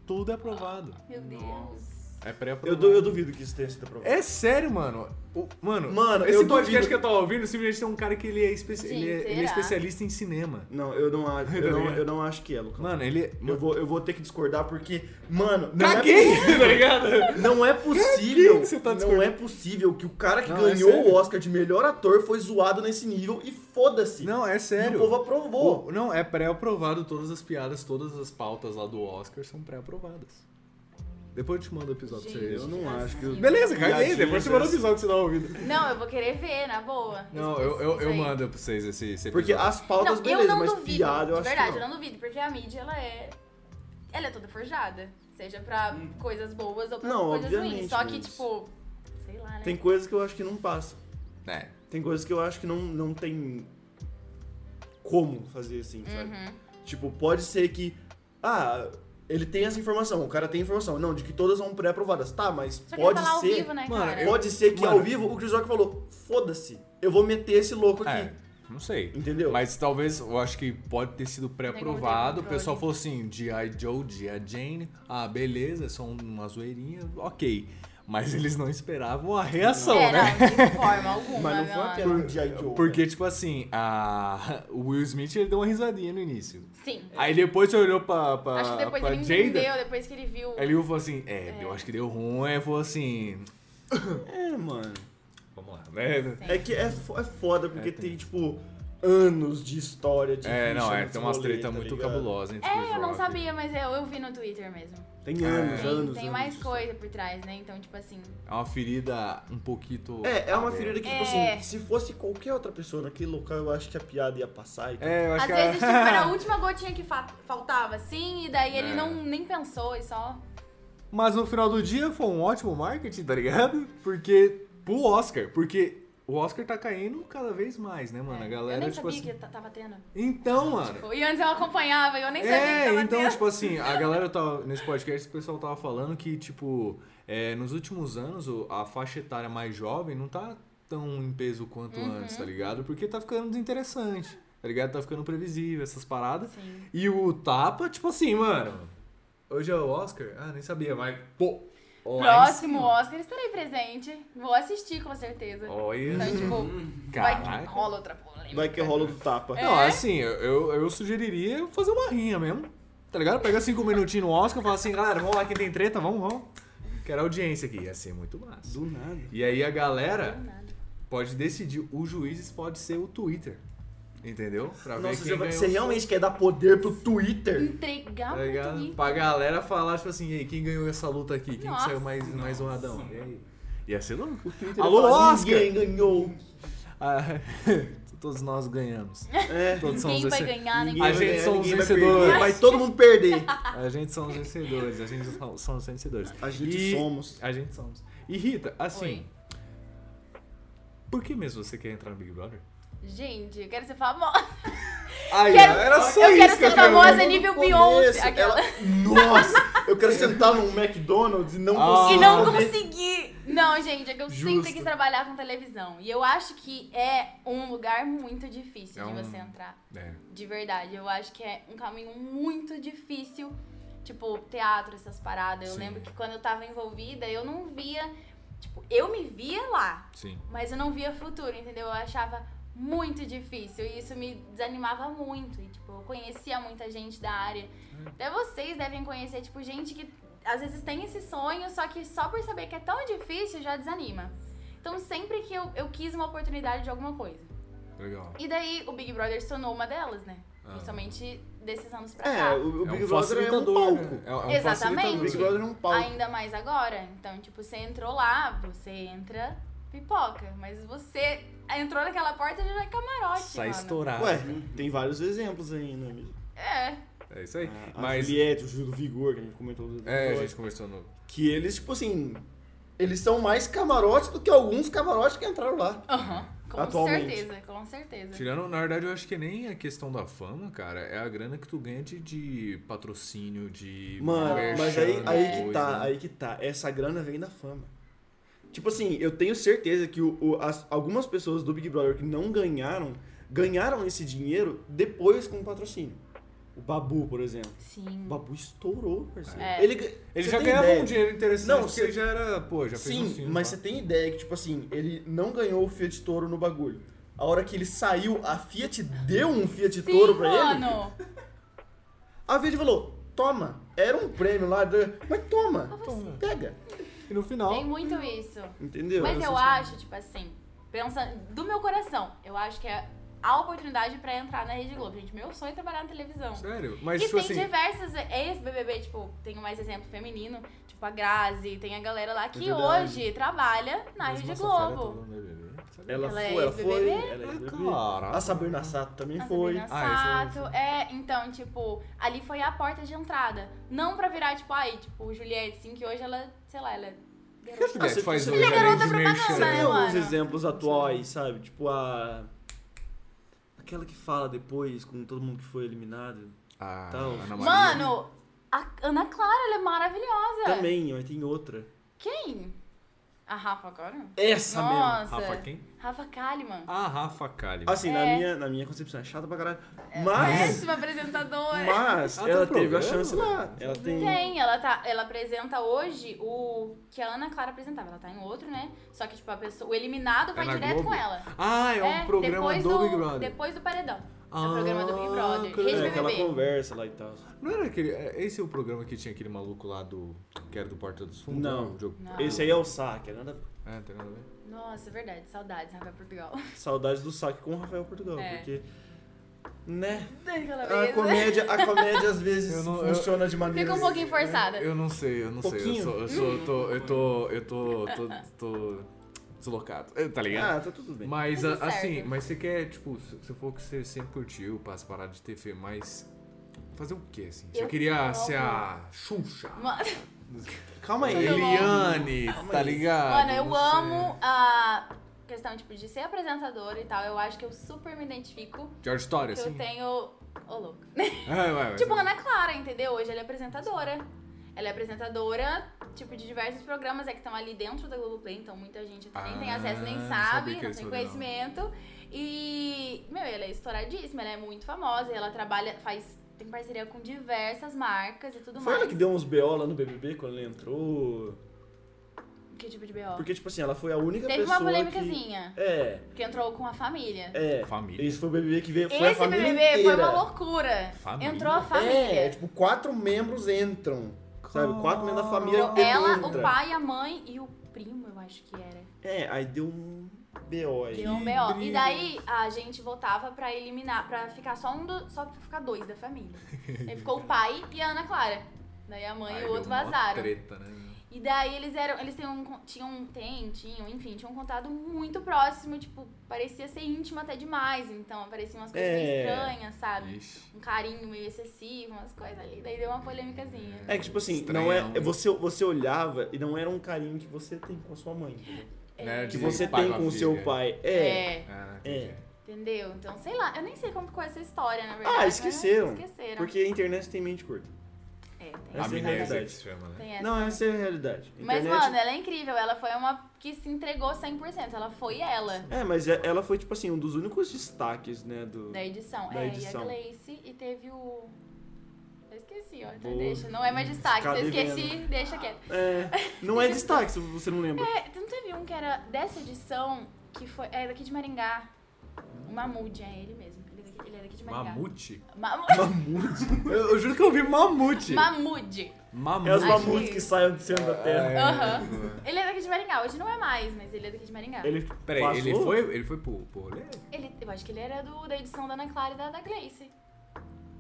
S1: tudo é aprovado.
S3: Meu Deus.
S1: É
S4: Eu,
S1: pré-aprovado.
S4: du- eu duvido que isso tenha sido aprovado.
S1: É sério, mano. O- mano,
S4: Mano,
S1: esse
S4: eu
S1: podcast
S4: duvido.
S1: que eu tava ouvindo, simplesmente tem um cara que ele é, especi-
S3: Gente,
S1: ele é- ele é
S3: será?
S1: especialista em cinema.
S4: Não, eu não acho. Eu não, eu não acho que é, Lucão.
S1: Mano, ele.
S4: Eu vou, eu vou ter que discordar porque, mano, não
S1: Caguei,
S4: é possível.
S1: tá ligado?
S4: Não é possível.
S1: que você tá
S4: não
S1: discordando?
S4: é possível que o cara que
S1: Não, é
S4: ganhou
S1: sério.
S4: o Oscar de melhor ator foi zoado nesse nível e foda-se.
S1: Não, é sério.
S4: E o povo aprovou.
S1: O- não, é pré-aprovado todas as piadas, todas as pautas lá do Oscar são pré-aprovadas. Depois eu te mando o episódio pra você.
S3: Gente,
S4: eu não
S3: tá
S4: acho que eu-
S3: assim.
S1: Beleza, caguei.
S4: Piadinhas,
S1: Depois você manda o
S4: essas-
S1: episódio que você tá dá ouvido.
S3: Não, eu vou querer ver, na boa.
S1: Não,
S3: Isso-
S1: eu, eu,
S3: isso
S1: eu
S3: aí.
S1: mando pra vocês esse, esse
S4: Porque
S1: episódio.
S4: as pautas,
S3: Não,
S4: beleza,
S3: eu não
S4: mas
S3: duvido.
S4: piada eu
S3: de
S4: acho
S3: verdade,
S4: que
S3: eu não duvido, porque a mídia, ela é... Ela é toda forjada. Seja pra coisas boas ou pra
S4: Hum. Não,
S3: coisas ruins.
S4: obviamente,
S3: Só que,
S4: mas-
S3: tipo... Sei lá. lá, né?
S4: Tem coisas que eu acho que não passa.
S1: É.
S4: Tem coisas que eu acho que não, não tem como fazer assim, sabe?
S3: Uhum.
S4: Tipo, pode ser que. Ah, ele tem essa informação, o cara tem informação. Não, de que todas são pré-aprovadas. Tá, mas
S3: Só que ele
S4: pode
S3: tá lá ao
S4: ser. é
S3: vivo, né,
S1: Mano,
S3: cara?
S1: eu-
S4: Pode ser que
S1: Mano.
S4: ao vivo o Chris Rock falou: foda-se, eu vou meter esse louco aqui.
S1: É, não sei.
S4: Entendeu?
S1: Mas talvez, eu acho que pode ter sido
S3: Tem como ter
S1: pré-aprovado. O
S3: controle.
S1: pessoal falou assim: G.I. Joe, G.I. Jane. Ah, beleza, é só uma zoeirinha, ok. Mas eles não esperavam a reação,
S3: é,
S1: né?
S3: não, de forma alguma,
S4: Mas não foi
S3: mano. é
S4: aquela do G.I. Joe.
S1: Porque, tipo assim, a... o Will Smith ele deu uma risadinha no início.
S3: Sim.
S4: É.
S1: Aí depois você olhou pra, pra,
S3: Acho que depois
S1: pra
S3: ele
S1: Jada.
S3: entendeu, depois que ele viu.
S1: Aí ele falou assim: é, eu acho que deu ruim. Aí falou assim:
S4: É, mano.
S1: vamos lá, né?
S4: É que é, fo- é foda, porque
S1: É, tem.
S4: tem. tipo, anos de história de.
S1: É, não,
S4: rixa
S1: é,
S4: nesse
S1: tem umas
S4: rolê,
S1: treta
S4: tá
S1: muito
S4: ligado?
S1: cabulosas entre Chris
S3: É, eu não
S1: Rock.
S3: sabia, mas eu, eu vi no Twitter mesmo.
S4: Tem anos,
S1: É.
S3: Tem,
S4: anos.
S3: tem
S4: anos
S3: mais
S4: de história.
S3: coisa por trás, né? Então, tipo assim.
S1: É uma ferida um pouquinho.
S4: É, é uma ferida que, tipo
S3: É.
S4: assim, se fosse qualquer outra pessoa naquele local, eu acho que a piada ia passar e tal.
S1: É, eu acho
S3: Às
S1: que
S3: vezes, tipo, era a última gotinha que fa- faltava, assim, e daí ele
S1: É.
S3: não nem pensou e só.
S1: Mas no final do dia foi um ótimo marketing, tá ligado? Porque. Pro Oscar, porque o Oscar tá caindo cada vez mais, né, mano? A galera,
S3: É, eu nem
S1: tipo
S3: sabia
S1: assim.
S3: que t- tava tendo.
S1: Então, mano.
S3: Tipo, E antes eu acompanhava, eu nem sabia que
S1: É,
S3: tava
S1: então,
S3: tendo.
S1: tipo assim, a galera tava. Nesse podcast, o pessoal tava falando que, tipo, é, nos últimos anos, o- a faixa etária mais jovem não tá tão em peso quanto
S3: Uhum.
S1: antes, tá ligado? Porque tá ficando desinteressante, tá ligado? Tá ficando previsível, essas paradas.
S3: Sim.
S1: E o tapa, tipo assim, mano. Hoje é o Oscar? Ah, nem sabia, mas. Pô! lá em
S3: Próximo Oscar, estarei presente. Vou assistir com certeza.
S1: Olha,
S3: Então, tipo, vai que
S1: caraca.
S3: rola outra polêmica.
S4: Vai que rola do
S3: É,
S4: tapa.
S1: Não, assim, eu, eu, eu sugeriria fazer uma rinha mesmo, tá ligado? Pegar cinco minutinhos no Oscar e falar assim, galera, vamos lá, quem tem treta, vamos, vamos. Quero audiência aqui, ia ser muito massa.
S4: Do nada.
S1: E aí a
S3: Do
S1: galera
S3: nada.
S1: pode decidir, os juízes pode ser o Twitter, entendeu? Pra ver
S4: Nossa,
S1: quem
S4: você, vai-
S1: ganhou.
S4: você realmente quer dar poder pro Twitter?
S3: Entregar
S1: Tá
S3: muito
S1: ligado?
S3: rico.
S1: Pra galera falar, tipo assim, e aí, quem ganhou essa luta aqui? Quem que
S3: Nossa.
S1: saiu mais, mais honradão? E aí? Ia ser louco.
S4: O Twitter
S1: Alô,
S4: ia falar,
S1: Oscar!
S4: Ninguém ganhou.
S1: Ah, todos nós ganhamos.
S4: É.
S1: Todos
S3: Quem
S1: somos
S3: vai
S1: vencer-
S3: ganhar, né?
S4: Ah, Ninguém
S1: A
S4: vai
S1: gente
S4: ganhar,
S1: somos
S4: ninguém vai
S1: vencedores.
S4: perder, Vai todo mundo perder.
S1: A gente somos vencedores, a gente so- somos vencedores.
S4: A gente
S1: E-
S4: somos.
S1: A gente somos. E Rita, assim,
S3: Oi.
S1: por que mesmo você quer entrar no Big Brother?
S3: Gente, eu quero ser famosa.
S1: Aí,
S3: Quero-
S1: ó, era só
S3: eu
S1: isso
S3: quero
S1: que eu
S3: ser famosa
S1: perguntei.
S3: nível
S4: No
S3: Beyoncé.
S4: começo,
S3: Aquela.
S4: ela- Nossa, eu quero sentar num McDonald's e não
S1: Ah.
S3: E
S4: conseguir.
S3: não
S4: comer.
S3: consegui. Não, gente, é que eu sempre
S1: Justo.
S3: quis trabalhar com televisão. E eu acho que é um lugar muito difícil
S1: É
S3: de
S1: um-
S3: você entrar.
S1: É.
S3: De verdade. Eu acho que é um caminho muito difícil. Tipo, teatro, essas paradas. Eu
S1: Sim.
S3: lembro que quando eu tava envolvida, eu não via. Tipo, eu me via lá,
S1: Sim.
S3: mas eu não via futuro, entendeu? Eu achava muito difícil e isso me desanimava muito. E, tipo, eu conhecia muita gente da área. Até vocês devem conhecer, tipo, gente que às vezes tem esse sonho, só que só por saber que é tão difícil já desanima. Então, sempre que eu, eu quis uma oportunidade de alguma coisa.
S1: Legal.
S3: E daí o Big Brother sonou uma delas, né?
S1: Ah.
S3: Principalmente desses anos pra
S4: É,
S3: cá.
S4: o, o
S1: É
S4: Big Brother é
S1: um
S4: um
S1: facilitador,
S4: palco.
S1: né? É, é um
S3: Exatamente.
S4: O Big
S1: facilitador.
S4: Brother é um palco.
S3: Ainda mais agora. Então, tipo, você entrou lá, você entra pipoca. Mas você entrou naquela porta já é camarote.
S1: Sai
S3: mano.
S1: estourado.
S4: Ué, tem vários exemplos aí, né? amigo?
S3: É.
S1: É isso aí.
S4: Ah, A- A
S1: Mas.
S4: Juliette, o Gil do Vigor, que a gente comentou. do
S1: É, a
S4: Vigor,
S1: gente conversou no.
S4: Que eles, tipo assim, eles são mais camarotes do que alguns camarotes que entraram lá.
S3: Aham. Com
S4: Atualmente.
S3: certeza, com certeza.
S1: Tirando, na verdade, eu acho que nem a questão da fama, cara, é a grana que tu ganha de, de patrocínio, de.
S4: Mano,
S1: merchan,
S4: mas aí, aí que
S1: coisa,
S4: tá,
S1: né?
S4: aí que tá. Essa grana vem da fama. Tipo assim, eu tenho certeza que o- o- as- algumas pessoas do Big Brother que não ganharam, ganharam esse dinheiro depois com patrocínio. O Babu, por exemplo. O
S3: Sim.
S4: Babu estourou, parceiro.
S3: É.
S4: Ele, ga-
S1: Ele
S4: você
S1: já
S4: tem
S1: ganhava
S4: ideia?
S1: um dinheiro interessante,
S4: Não,
S1: porque
S4: cê-
S1: ele já era. Pô, já fez um
S4: Sim,
S1: filme.
S4: mas
S1: lá.
S4: você tem ideia que, tipo assim, ele não ganhou o Fiat Toro no bagulho. A hora que ele saiu, a Fiat deu um Fiat
S3: Sim,
S4: Toro pra ele.
S3: mano.
S4: A Fiat falou: toma, era um prêmio lá, da- mas toma,
S1: Toma.
S4: pega.
S1: E no final.
S3: Tem muito isso.
S4: Entendeu?
S3: Mas
S4: Essa-
S3: eu acho, tipo assim, pensa do meu coração, eu acho que é a oportunidade pra entrar na Rede Globo. Gente, meu sonho é trabalhar na televisão.
S1: Sério? Mas,
S3: e
S1: tipo
S3: tem
S1: assim.
S3: diversas ex-BBB, tipo, tem mais exemplo feminino, tipo a Grazi, tem a galera lá que
S4: Verdade.
S3: hoje trabalha na
S1: mas nossa
S3: Rede
S1: fera tá
S3: Globo.
S1: no BBB, sabe?
S4: Ela,
S3: Ela é
S4: foi, ela foi.
S3: ex-BBB?
S4: Ela é
S1: Ah,
S4: ex-BBB.
S1: caraca.
S4: A Sabrina Sato também
S3: A
S4: foi.
S3: Sabrina
S1: Ah, isso
S3: Sato, é, então, tipo, ali foi a porta de entrada. Não pra virar, tipo, ai, tipo, Juliette, assim, que hoje ela, sei lá, ela
S1: O que a
S4: Ah,
S1: Juliette
S4: você-
S1: faz
S4: você-
S1: hoje né?
S4: Ele é
S1: além
S3: né? garota
S1: de
S3: propaganda,
S1: merchan?
S3: né?
S4: Tem alguns
S3: mano.
S4: exemplos atuais, sabe? Tipo a. Aquela que fala depois, com todo mundo que foi eliminado.
S1: Ah,
S4: Então,
S1: Ana Maria.
S3: Mano, a Ana Clara, ela é maravilhosa.
S4: Também, mas tem outra.
S3: Quem? A Rafa agora?
S4: Essa mesmo.
S3: Nossa.
S1: Rafa quem?
S3: Rafa Kalimann.
S1: Ah, Rafa Kali.
S4: Assim,
S3: É.
S4: na, minha, na minha concepção, é chata pra caralho. Mas.
S3: Péssima apresentadora.
S4: Ah, é? Mas
S1: Ela
S4: ela,
S1: tem um
S4: teve a
S1: programa?
S4: chance lá. Ela tem.
S3: É. Tem, ela, tá, ela apresenta hoje o que a Ana Clara apresentava. Ela tá em outro, né? Só que, tipo, a pessoa, o eliminado vai
S1: na
S3: direto
S1: Globo?
S3: com ela.
S1: Ah, é um programa
S3: depois
S1: do Big Brother.
S3: Depois do Paredão. é
S1: Ah,
S3: o programa do Big Brother.
S1: claro.
S3: Rede
S4: É, aquela
S3: BBB.
S4: conversa lá e tal.
S1: Não era aquele. é, Esse é o programa que tinha aquele maluco lá do. que era do Porta dos Fundos?
S4: Não.
S1: O Diogo-
S3: Não.
S4: Esse aí é o saque. Nada...
S1: É, não tem nada a ver.
S3: Nossa, é verdade. Saudades, Rafael Portugal.
S4: Saudades do saque com o Rafael Portugal.
S3: É.
S4: Porque. Né?
S3: Daquela
S4: A
S3: vez.
S4: comédia, a comédia às vezes
S1: Eu não- eu-
S4: funciona de maneira. assim,
S3: Fica um pouquinho forçada.
S1: Eu não sei, eu não sei. Eu
S4: Pouquinho.
S1: sou. Eu, sou, eu tô. Eu tô. Eu tô. tô, tô deslocado. Eh, Tá ligado?
S4: Ah, tá tudo bem.
S1: Mas
S3: Tudo
S1: a- assim,
S3: certo.
S1: mas você quer, tipo, se se for que você sempre curtiu, passa parada de TV, mas. Fazer o quê, assim? Você
S3: Eu
S1: queria
S3: amo.
S1: ser a Xuxa,
S3: Mano,
S4: Calma aí.
S3: Tudo bom.
S1: Eliane, tá ligado?
S3: mano, eu
S1: Não sei.
S3: amo a questão tipo, de ser apresentadora e tal. Eu acho que eu super me identifico.
S1: George Story,
S3: Que
S1: assim?
S3: eu tenho. Ô, louco.
S1: É, vai, vai.
S3: Tipo, Ana Clara, entendeu? Hoje ela é apresentadora. Ela é apresentadora, tipo, de diversos programas é que estão ali dentro da Globoplay, então muita gente até nem tem
S1: Ah,
S3: acesso, nem
S1: não
S3: sabe,
S1: sabia que
S3: não
S1: era
S3: tem
S1: esse programa.
S3: conhecimento. E, meu, ela é estouradíssima, ela é muito famosa, e ela trabalha, faz, tem parceria com diversas marcas e tudo
S4: Foi
S3: mais.
S4: ela que deu uns BO lá no BBB quando ela entrou?
S3: Que tipo de B.O.?
S4: Porque, tipo assim, ela foi a única
S3: Teve
S4: pessoa
S3: uma assim.
S4: que...
S3: polêmicazinha,
S4: É,
S3: que entrou com a família.
S4: é.
S1: Família.
S4: Esse foi o BBB que veio, É, foi a
S3: Esse
S4: família
S3: BBB foi
S4: inteira.
S3: uma loucura.
S1: Família?
S3: Entrou a
S4: É,
S3: família.
S4: tipo, quatro membros entram, sabe? Quatro membros da família
S3: ela,
S4: entra.
S3: o pai, a mãe e o primo, eu acho que era.
S4: É, aí deu um BO aí.
S3: Deu um B.O. E daí a gente votava pra eliminar, pra ficar só um do, só pra ficar dois da família. Aí ficou o pai e a Ana Clara. Daí a mãe
S1: Aí
S3: e o
S1: deu
S3: outro
S1: mó
S3: vazaram.
S1: Treta, né?
S3: E daí eles eram, eles tinham, um con- tinham, tem, tinham, enfim, tinham um contato muito próximo, tipo, parecia ser íntimo até demais, então apareciam umas coisas meio
S4: É.
S3: estranhas, sabe?
S1: Ixi.
S3: Um carinho meio excessivo, umas coisas ali, daí deu uma polêmicazinha.
S4: É que, tipo assim, não é, você, você olhava e não era um carinho que você tem com a sua mãe. entendeu?
S3: É.
S1: Né,
S4: Que
S1: de
S4: você
S1: pai
S4: tem
S1: pra
S4: com o seu
S1: filha.
S4: É, pai. É.
S1: Ah,
S4: É.
S1: entendi.
S3: Entendeu? Então, sei lá, eu nem sei como ficou essa história, na verdade.
S4: Ah, esqueceram.
S3: mas Esqueceram.
S4: Porque a internet tem mente curta.
S3: É, tem
S4: Essa é a
S1: Amnésia que
S4: realidade.
S1: se chama, né?
S3: Tem essa.
S4: Não, essa é a realidade. A
S3: Mas,
S4: internet-
S3: mano, ela é incrível. Ela foi uma que se entregou 100%. Ela foi ela
S4: É, mas é- ela foi, tipo assim, um dos únicos destaques, né, do...
S3: da edição.
S4: Da
S3: é,
S4: edição.
S3: e a Gleice. E teve o... Eu esqueci, ó. Então
S4: Boa.
S3: deixa. Não é mais destaque. Se eu
S4: Ficar
S3: esqueci, deixa quieto.
S4: É, não é destaque, se você não lembra.
S3: É, não teve um que era dessa edição, que foi... É daqui de Maringá. O Mamute, é ele mesmo. Ele é daqui, ele é daqui de Maringá.
S1: Mamute?
S3: Mamute.
S1: Eu, eu juro que eu ouvi mamute.
S3: Mamute.
S1: Mamute.
S4: É os
S3: Acho
S4: mamutes
S3: que-
S4: que saem do centro da terra.
S3: Aham. Ele é daqui de Maringá. Hoje não é mais, mas ele é daqui de Maringá.
S4: Ele
S1: Peraí,
S4: passou?
S1: ele foi, ele foi pro, pro rolê?
S3: Ele- eu acho que ele era do, da edição da Ana Clara e da, da Gleice.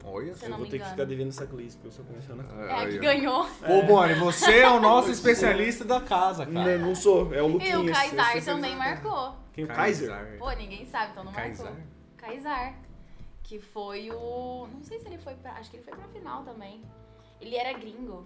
S1: Olha
S3: Se eu
S4: Eu
S3: não
S4: vou
S3: me
S4: ter que
S3: engano.
S4: ficar devendo essa Gleice, porque eu só conheço a
S1: Ah,
S4: Ana Clara.
S3: É a que ganhou.
S1: Ô, Bonnie, você é o nosso especialista da casa, cara.
S4: Não, não sou, é o
S3: E o
S4: Luquinhas.
S3: Kaysar também
S4: né?
S3: marcou.
S4: Quem, o Kaiser?
S3: Pô, ninguém sabe, então não
S1: Kaysar?
S3: marcou. Kaysar. Que foi o. Não sei se ele foi pra. Acho que ele foi pra final também. Ele era gringo.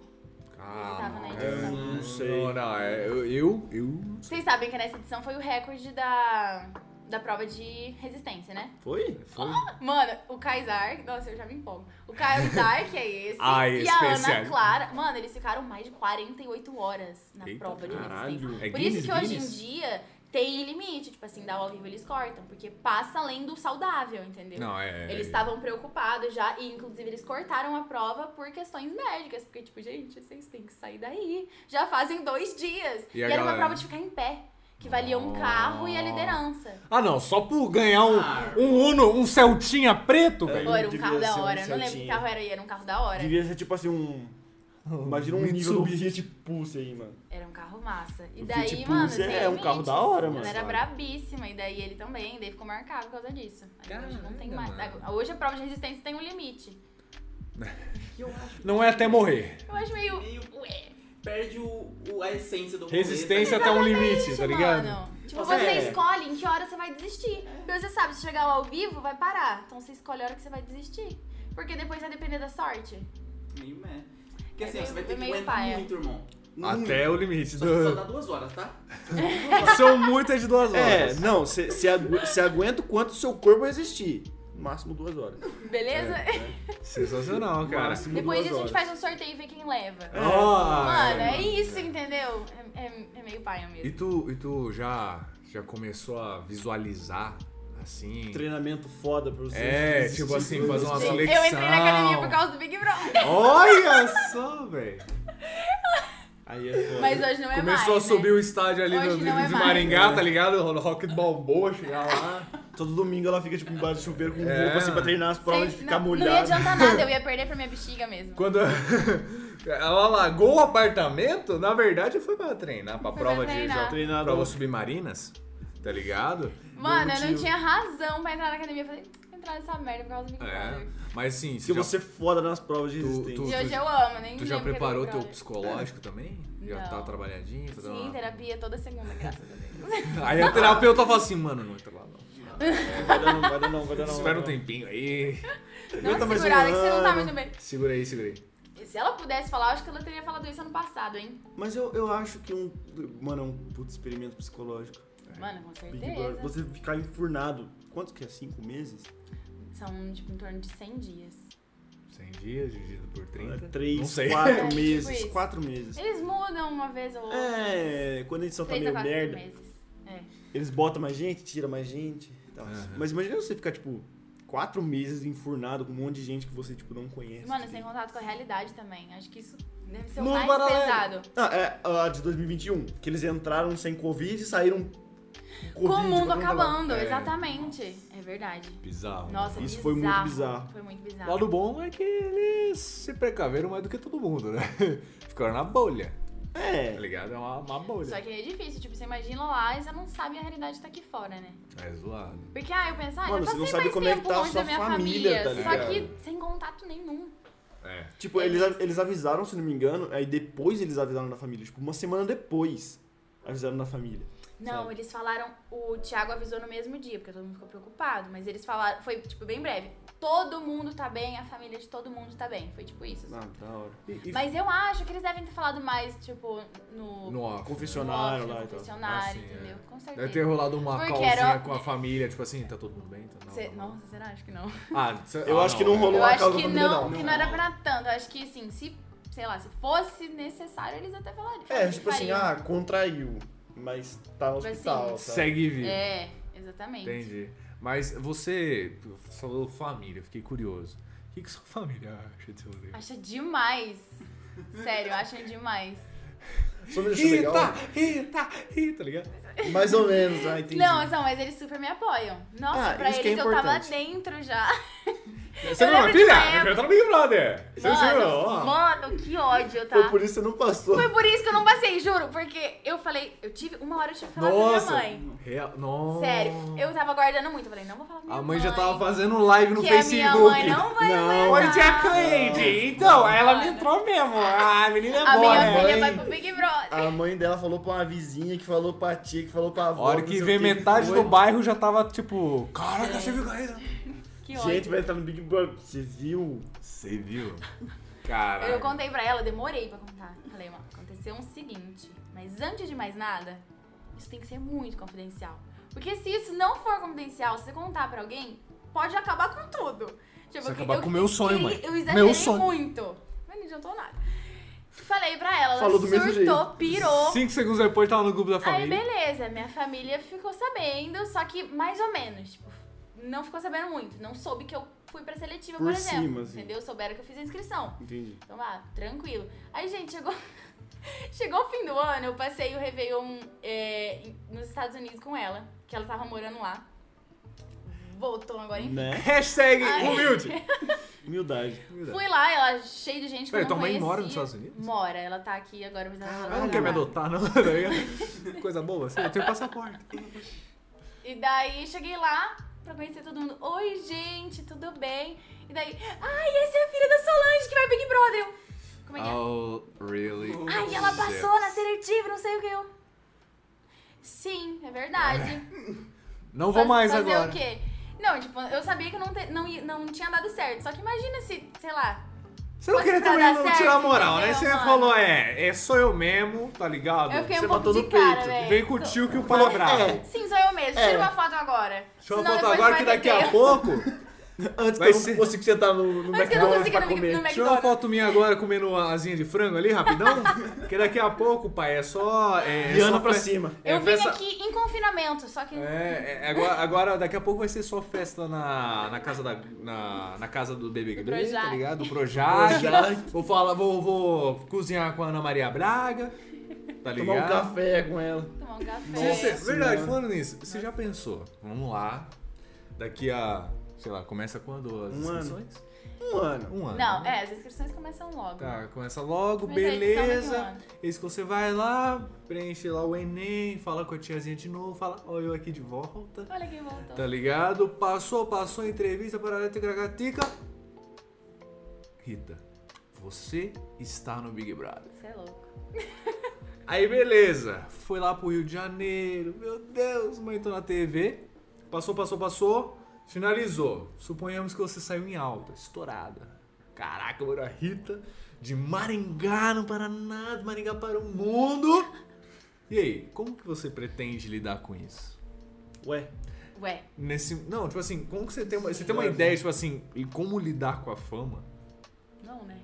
S3: tava na edição.
S1: eu
S4: Não sei.
S1: Ah, Não, não, é, eu, eu, eu-
S3: Vocês sabem que nessa edição foi o recorde da. Da prova de resistência, né?
S4: Foi?
S1: Foi?
S3: Mano, o Kaysar. Nossa, eu já me empolgo. O Kaysar, que é esse.
S1: Ai,
S3: e
S1: especial.
S3: a Ana Clara. Mano, eles ficaram mais de 48 horas na
S1: Eita,
S3: prova de resistência.
S4: Caralho.
S1: É
S3: Por
S1: Guinness,
S3: isso que hoje
S1: Guinness?
S3: em dia tem limite, tipo assim, da ao vivo eles cortam, porque passa além do saudável, entendeu?
S1: Não, é.
S3: Eles estavam preocupados já, e inclusive eles cortaram a prova por questões médicas, porque tipo, gente, vocês têm que sair daí. Já fazem dois dias.
S1: E
S3: E,
S1: a
S3: era
S1: galera?
S3: uma prova de ficar em pé, que valia um carro e a liderança.
S1: Ah, não, só por ganhar um, um Uno, um Celtinha preto, velho.
S3: Pô, era um
S4: devia
S3: carro da
S4: ser um
S3: hora, não lembro que
S4: Celtinha.
S3: carro era, e era um carro da hora.
S4: Devia ser tipo assim um... Imagina um nível do Fiat Pulse aí, mano.
S3: Era um carro massa. E
S4: O
S3: daí,
S4: Fiat
S3: mano,
S4: Pulse é
S3: sem
S4: um carro
S3: limites.
S4: da hora, mano.
S3: Ela era brabíssima, e daí ele também, daí ficou marcado por causa disso. Aí hoje não tem mais.
S1: Caramba, mano.
S3: Ah, Hoje a prova de resistência tem um limite.
S1: Não é até morrer.
S3: Eu acho meio.
S6: Meio-
S3: Ué,
S6: Perde o, o- a essência do rolê,
S1: Resistência até um limite, tá ligado?
S3: mano. Tipo,
S4: Nossa,
S3: você
S4: é.
S3: escolhe em que hora você vai desistir. Porque você sabe, se chegar ao vivo, vai parar. Então você escolhe a hora que você vai desistir. Porque depois vai depender da sorte.
S6: Meio meh. Porque
S3: É
S6: assim,
S3: meio-
S6: você vai ter que
S3: É meio
S6: aguentar
S3: paia.
S6: muito, irmão.
S1: Até o limite.
S6: Só, só
S1: Do...
S6: dá duas horas, tá?
S1: São muitas de duas
S4: É,
S1: horas.
S4: não, você agu cê aguenta o quanto seu corpo resistir. No máximo duas horas.
S3: Beleza?
S1: Sensacional, cara.
S4: Máximo
S3: Depois
S4: É, duas
S3: disso a gente
S4: horas.
S3: faz um sorteio e vê quem leva.
S4: É.
S1: Ah,
S3: Mano, é isso, entendeu? É, é- é meio paia
S1: E
S3: mesmo.
S1: tu, e tu já, já começou a visualizar, assim?
S4: Treinamento foda pra você.
S1: É, tipo assim, fazer uma
S3: Gente,
S1: flexão.
S3: eu entrei na academia por causa do Big Brother.
S1: Olha só, velho.
S4: Aí é foda.
S3: Mas hoje não é mais.
S1: Começou a
S3: né?
S1: subir o estádio ali no,
S3: Hoje não é
S1: de
S3: mais.
S1: Maringá, tá ligado? O Rock Balboa chegar lá.
S4: Todo domingo ela fica, tipo, embaixo do chuveiro com
S1: É,
S4: roupa assim pra
S1: mano.
S4: treinar as provas de
S3: Sei-
S4: ficar
S3: não,
S4: molhado.
S3: Não ia adiantar nada, eu ia perder pra minha bexiga mesmo.
S1: Quando ela largou o apartamento, na verdade foi pra treinar, pra
S3: Foi pra
S1: prova
S3: treinar.
S1: de
S4: Treinador.
S1: provas submarinas, tá ligado?
S3: Mano, eu não
S4: motivo.
S3: tinha razão pra entrar na academia. Eu falei, vou entrar nessa merda por causa do Big
S1: É,
S3: Brother.
S1: mas assim,
S4: Se
S1: você já,
S4: você é foda nas provas de
S1: Tu-
S4: resistência.
S1: tu-
S3: E hoje eu amo, nem
S1: tu já
S3: lembro que era
S1: preparou
S3: Big
S1: teu
S3: Brother.
S1: psicológico também? Já
S3: Não.
S1: tá trabalhadinho? Tá dando
S3: Sim,
S1: uma-
S3: terapia toda segunda, graças a Deus.
S1: Aí a terapeuta fala assim, mano, não entra lá não.
S4: Vai dar não, vai dar não, vai dar não.
S1: Espera um tempinho aí.
S3: Dá
S4: Aguenta
S3: uma
S4: mais um
S3: segurada que você não tá
S4: ano.
S3: muito bem.
S1: Segura aí, segura aí.
S3: E se ela pudesse falar, eu acho que ela teria falado isso ano passado, hein?
S4: Mas eu, eu acho que um. Mano, é um puto experimento psicológico.
S3: Mano, com
S4: É. Big Brother.
S3: certeza.
S4: Você ficar enfurnado. Quanto que é? Cinco meses?
S3: São, tipo, em torno de 100 dias.
S1: 100 dias dividido por 30. Não
S4: Três,
S1: sei.
S4: quatro
S3: É, tipo
S4: meses.
S3: isso.
S4: Quatro meses.
S3: Eles mudam uma vez ou outra.
S4: É, quando a edição tá
S3: Três a
S4: meio
S3: quatro
S4: merda,
S3: meses. É.
S4: eles botam mais gente, tira mais gente. e tal.
S1: Aham.
S4: Mas imagina você ficar, tipo, quatro meses enfurnado com um monte de gente que você, tipo, não conhece.
S3: Mano, assim, sem contato com a realidade também. Acho que isso deve ser o
S4: Mundo
S3: mais
S4: paralelo.
S3: pesado.
S4: Ah, é a de 2021, que eles entraram sem Covid e saíram
S3: Com o mundo
S4: pra todo lado.
S3: acabando,
S1: É.
S3: exatamente. É verdade.
S1: Bizarro. né?
S3: Nossa,
S4: Isso foi muito bizarro.
S3: Foi muito
S1: O
S3: bizarro.
S1: lado bom é que eles se precaveram mais do que todo mundo, né? Ficaram na bolha, tá
S4: É,
S1: ligado? É uma, uma
S3: Só
S1: bolha.
S3: que é difícil, tipo, você imagina lá e você não sabe a realidade que tá aqui fora, né?
S1: É zoado.
S3: Porque, ah, eu penso, ah,
S4: Mano,
S3: já
S4: você não
S3: passei
S4: sabe
S3: mais
S4: como é que
S3: tempo
S4: tá a
S3: longe
S4: sua
S3: da minha
S4: família,
S3: família,
S4: tá
S3: só
S1: ligado?
S3: que sem contato nenhum.
S1: É.
S4: tipo, eles, a- eles avisaram, se não me engano, aí depois eles avisaram na família. Tipo, uma semana depois avisaram na família.
S3: Não,
S4: Sabe?
S3: eles falaram, o Thiago avisou no mesmo dia, porque todo mundo ficou preocupado, mas eles falaram, foi, tipo, bem breve. Todo mundo tá bem, a família de todo mundo tá bem. Foi tipo isso. assim.
S4: Ah, da hora.
S1: E, e
S3: Mas eu acho que eles devem ter falado mais, tipo, no,
S1: no off, né?
S4: Confessionário. lá e
S3: confessionário,
S4: tal.
S1: Ah,
S3: confessionário,
S1: sim,
S3: entendeu? Com
S1: Deve ter
S3: certeza.
S1: rolado uma
S3: Porque
S1: calzinha
S3: era-
S1: com a família, tipo assim, tá todo mundo bem? Tá, não,
S3: Cê-
S1: não.
S3: nossa, será? Acho que não.
S1: Ah, cê-
S4: Eu
S1: ah,
S4: acho que não rolou
S3: Eu
S4: a
S3: acho
S4: causa
S3: que
S4: da família,
S3: não,
S4: não.
S3: que não era pra tanto. Eu acho que, assim, se, sei lá, se fosse necessário, eles até falariam.
S4: É, tipo assim,
S3: fariam.
S4: ah, contraiu, mas tá no
S3: Tipo
S4: hospital.
S3: assim,
S4: sabe?
S1: Segue e vive.
S3: É, exatamente.
S1: Entendi. Mas você falou família, fiquei curioso. O que, que sua família acha desse rolê?
S3: Acha demais. Sério, acham é demais.
S4: Só me deixou tá? legal.
S1: Rita, Rita, Rita, tá ligado?
S4: Mais ou menos, ah, entendi.
S3: Não, assim, não, mas eles super me apoiam. Nossa,
S4: Ah,
S3: pra
S4: isso
S3: eles
S4: que é
S3: eu tava
S4: importante.
S3: dentro já.
S1: Você
S3: Eu
S1: não é
S3: lembro de uma
S1: filha?
S3: época-
S1: Eu tô no Big Brother. Você não
S3: Mano,
S1: viu? Ó.
S3: mano, que ódio, tá?
S4: Foi por isso que você não passou.
S3: Foi por isso que eu não passei, juro. Porque eu falei, eu tive uma hora eu tive que falar
S1: Nossa.
S3: pra minha mãe.
S1: Real- Nossa.
S3: Sério, eu tava guardando muito. Eu falei, não vou falar pra minha
S1: A mãe já tava fazendo live no
S3: que
S1: Facebook.
S3: a minha mãe não vai
S4: Não.
S3: levar.
S1: Hoje é a Cleide. Então, ela me
S3: Mano.
S1: entrou mesmo. Ah, a menina é
S3: A
S1: boa,
S3: minha
S1: né?
S3: filha
S4: mãe.
S3: vai pro Big
S1: Ah,
S3: Brother.
S4: A mãe dela falou pra uma vizinha, que falou pra tia, que falou pra
S1: A
S4: avó.
S1: hora
S4: não
S1: que
S4: sei o
S1: vê
S4: que
S1: metade
S4: foi.
S1: do bairro já tava tipo. Caraca, você viu isso?
S3: Que ódio.
S4: Gente, vai entrar no Big Brother. Você viu?
S1: Você viu? Cara.
S3: Eu contei pra ela, demorei pra contar. Falei, mano, aconteceu um seguinte. Mas antes de mais nada, isso tem que ser muito confidencial. Porque se isso não for confidencial, se você contar pra alguém, pode acabar com tudo. Tipo,
S1: Você
S3: eu-
S1: acabar
S3: eu-
S1: com o meu sonho,
S3: queria-
S1: mãe.
S3: Eu
S1: Meu
S3: exagerei
S1: sonho.
S3: muito. Mas não adiantou nada. Falei pra ela, ela
S4: Falou do mesmo
S3: surtou,
S4: jeito.
S3: pirou.
S1: Cinco segundos depois tava no grupo da
S3: Aí,
S1: família.
S3: beleza, minha família ficou sabendo, só que mais ou menos, tipo, não ficou sabendo muito. Não soube que eu fui pra seletiva, por,
S4: Por
S3: exemplo.
S4: cima, assim.
S3: Entendeu? Souberam que eu fiz a inscrição.
S4: Entendi.
S3: Então, ah, tranquilo. Aí, gente, chegou. Chegou o fim do ano, eu passei o Réveillon é, em- nos Estados Unidos com ela, que ela tava morando lá. Voltou agora, enfim.
S4: Né?
S1: Hashtag
S3: Ai.
S1: humilde.
S4: Humildade.
S3: Fui lá, ela é cheia de gente que
S1: Peraí,
S3: eu não
S1: tua mãe mora
S3: conhecia.
S1: nos Estados Unidos?
S3: Mora, ela tá aqui agora, mas ela mora
S1: Ela não
S3: lá.
S1: quer me adotar, não. tá ligado? Coisa boa, assim, eu tenho passaporte.
S3: E daí cheguei lá pra conhecer todo mundo. Oi, gente, tudo bem? E daí, ai, essa é a filha da Solange que vai Big Brother. Eu, Como é que é?
S1: Oh, really?
S3: Ai, ela passou na seletiva, não sei o que eu. Sim, é verdade.
S1: Não vou
S3: Faz-
S1: mais
S3: fazer
S1: agora.
S3: o quê? Não, tipo, eu sabia que não, te- não, ia- não tinha dado certo. Só que imagina se, sei lá,
S1: Você não
S3: Mas
S1: queria
S3: pra
S1: também
S3: dar
S1: não
S3: certo,
S1: tirar a moral, né? Você
S3: entendeu, mano?
S1: falou, é, é sou eu mesmo, tá ligado?
S3: Eu fiquei
S4: Você
S3: um pouco
S4: matou
S3: de
S4: no
S3: cara,
S4: peito.
S3: velho.
S1: Vem com o tio que o pau é bravo.
S4: É.
S3: Sim, sou eu mesmo. Tira
S4: É.
S3: uma foto agora.
S1: Deixa eu
S3: Senão
S1: voltar
S3: depois
S1: agora
S3: vai
S1: que daqui a
S3: beber.
S1: pouco.
S4: Antes
S1: Vai
S4: que eu
S1: ser-
S4: não consiga sentar no, no
S3: Mas que eu não
S4: McDonald's
S3: consigo
S4: pra
S3: no, Mc-
S4: comer.
S3: no
S1: Tira uma
S3: McDonald's.
S1: foto minha agora comendo uma asinha de frango ali, rapidão. que daqui a pouco, pai, é só. É, é
S4: Diana
S1: só
S4: pra
S1: fe-
S4: cima.
S1: É,
S3: Eu vim
S1: festa-
S3: aqui em confinamento, só que...
S1: É, é, agora, agora, daqui a pouco vai ser só festa na, na casa da na, na casa do bebê Gabriel, tá
S3: Projac.
S1: ligado? Do Projac.
S4: Projac.
S1: Vou falar, vou, vou cozinhar com a Ana Maria Braga. Tá ligado?
S4: Tomar um café com ela.
S3: Tomar um café.
S1: Você- você- verdade,
S4: Senhora.
S1: falando nisso, você já pensou? Vamos lá. Daqui a, sei lá, começa quando as
S4: Um ano.
S1: inscrições?
S4: Um ano.
S1: Um ano.
S3: Não,
S1: né?
S3: é, as inscrições começam logo.
S1: Tá, começa logo,
S3: Mas é, aí,
S1: beleza.
S3: só daqui a um ano.
S1: Eis que você vai lá, preenche lá o Enem, fala com a tiazinha de novo, fala, ó, eu aqui de volta.
S3: Olha quem voltou.
S1: Tá ligado? Passou, passou a entrevista para a Ticracatica. Rita, você está no Big Brother.
S3: Você é louco.
S1: Aí beleza, foi lá pro Rio de Janeiro. Meu Deus, mãe, tô na TV. Passou, passou, passou. Finalizou. Suponhamos que você saiu em alta, estourada. Caraca, eu era Rita de Maringá no Paraná, de Maringá para o mundo. E aí, como que você pretende lidar com isso?
S4: Ué.
S3: Ué,
S1: Nesse. Não, tipo assim, como que você tem uma. Você tem uma ideia, tipo assim, em como lidar com a fama?
S3: não, né?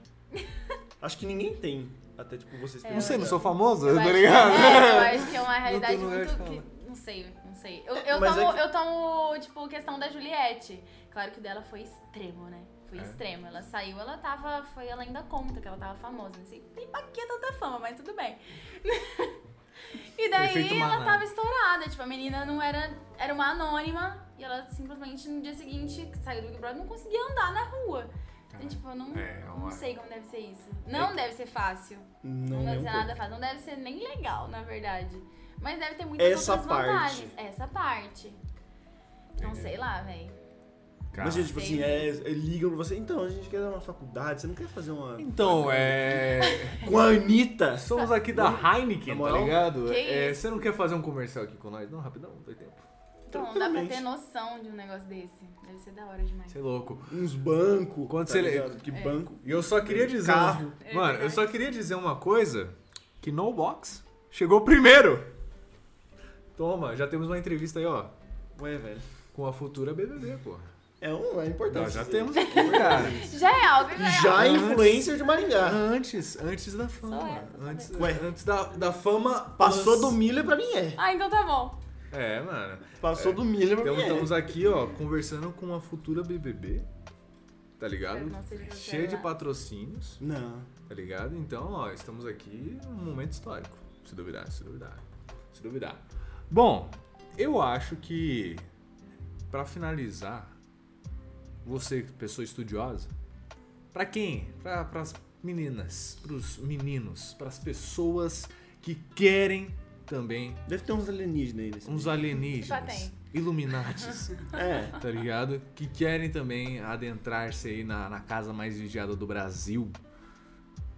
S4: Acho que ninguém tem. Até tipo vocês
S3: É,
S1: Não sei,
S4: perguntaram.
S1: não sou famoso,
S3: Eu
S1: tá
S3: acho-
S1: ligado?
S3: É, eu acho que é uma realidade
S1: tô no
S3: muito.
S1: lugar de
S3: que- não sei, não sei. Eu, eu
S4: mas é
S3: tomo,
S4: que-
S3: eu tomo, tipo, questão da Juliette. Claro que o dela foi extremo, né? Foi
S1: É.
S3: extremo. Ela saiu, ela tava. Foi além da conta que ela tava famosa. Assim, Não sei nem pra que tanta fama, mas tudo bem. e
S1: Efeito
S3: daí ela
S1: manada.
S3: tava estourada. Tipo, a menina não era. Era uma anônima. E ela simplesmente no dia seguinte que saiu do Big Brother não conseguia andar na rua. Então, tipo, eu não,
S1: É,
S3: não
S1: uma- É
S3: sei como deve ser isso. Não deve ser fácil.
S4: Não,
S3: Não
S4: nem
S3: deve
S4: um
S3: ser
S4: pouco.
S3: nada fácil. Não deve ser nem legal, na verdade. Mas deve ter muitas
S4: Essa
S3: outras
S4: parte.
S3: vantagens. Essa parte.
S1: É.
S3: Não sei lá, véi.
S1: Cara.
S4: Mas, gente, tipo assim,
S3: Tem.
S4: é, é, ligam pra você. Então, a gente quer dar uma faculdade. Você não quer fazer uma.
S1: Então, é.
S4: Com a Anitta.
S1: Somos aqui da
S4: Na
S1: Heineken, tá
S4: moral?
S1: ligado?
S3: Que
S1: É, você não quer fazer um comercial aqui com nós? Não, rapidão, não tem tempo.
S3: Então, não dá pra
S4: Tranquilamente.
S3: ter noção de um negócio desse. Deve ser da hora demais.
S1: Você é louco.
S4: Uns bancos.
S1: Quanto
S4: tá
S1: você-
S4: ligado? Que banco.
S1: E eu só queria dizer.
S4: Carro.
S3: É
S1: Mano, eu
S3: verdade.
S1: só queria dizer uma coisa: que No Box chegou primeiro. Toma, já temos uma entrevista aí, ó.
S4: Ué, velho.
S1: Com a futura BBB, porra.
S4: É, um, é importante.
S1: Nós já
S4: isso
S1: temos aqui, cara.
S3: Já é algo, já é
S4: Já
S3: algo.
S4: é influencer de
S1: Ah.
S4: Maringá.
S1: Antes, antes da
S3: Só
S1: fama.
S3: é, tô
S1: Antes,
S4: sabendo. Ué.
S1: antes da, da fama.
S4: Passou
S1: plus-
S4: do milho pra mim é.
S3: Ah, então tá bom.
S1: É, mano.
S4: Passou do milho pra
S1: Então
S4: mim
S1: estamos
S4: é.
S1: aqui, ó, conversando com a futura BBB. Tá ligado?
S3: Eu não sei de que
S1: Cheia de
S3: celular.
S1: patrocínios,
S4: Não.
S1: tá ligado? Então, ó, estamos aqui num momento histórico. Se duvidar, se duvidar. Se duvidar. Bom, eu acho que pra finalizar, você, é pessoa estudiosa, pra quem? Pra, pras meninas, pros meninos, pras pessoas que querem também
S4: Deve ter uns alienígenas aí nesse.
S1: uns alienígenas,
S3: tem.
S1: iluminatis,
S4: É.
S1: tá ligado? Que querem também adentrar-se aí na, na casa mais vigiada do Brasil.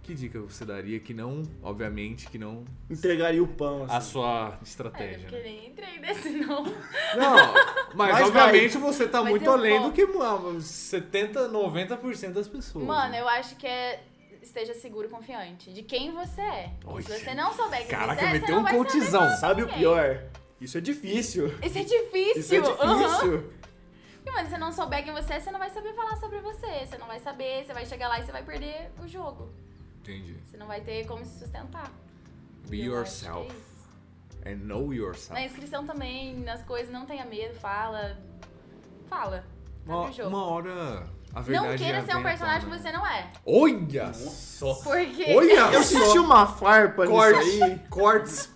S1: Que dica você daria que não, obviamente, que não
S4: Entregaria o pão,
S1: a
S4: assim.
S1: sua
S3: É, eu
S1: estratégia,
S3: porque
S1: né?
S3: nem entrei nesse não.
S1: Não, mas,
S4: Mas
S1: obviamente você tá
S3: Mas
S1: muito
S3: eu
S1: além
S3: vou.
S1: do que mano, 70, 90% das pessoas.
S3: Mano,
S1: né?
S3: eu acho que é... Esteja seguro e confiante de quem você é. Porque
S1: Oi,
S3: se você não souber quem
S1: Caraca,
S3: você é, você
S1: meteu
S3: não
S1: um
S3: vai saber
S1: coachzão.
S4: Sabe o pior? Isso é difícil.
S3: Isso é difícil.
S4: Isso é
S3: aham.
S4: difícil.
S3: E, Mas se você não souber quem você é, você não vai saber falar sobre você. Você não vai saber, você vai chegar lá e você vai perder o jogo.
S1: Entendi.
S3: Você não vai ter como se sustentar.
S1: Be
S3: Eu acho que é
S1: yourself Tá.
S3: isso.
S1: and know yourself.
S3: Na inscrição também, nas coisas, não tenha medo, fala. Fala.
S1: Uma,
S3: Abre o jogo.
S1: uma hora à verdade é
S3: não queira
S1: já
S3: ser um
S1: vem à
S3: personagem que
S1: tona.
S3: você não é.
S1: Olha só!
S3: Porque.
S1: Olha
S4: Eu
S1: só!
S4: senti uma farpa
S1: Cortes,
S4: nisso aí.
S1: cortes.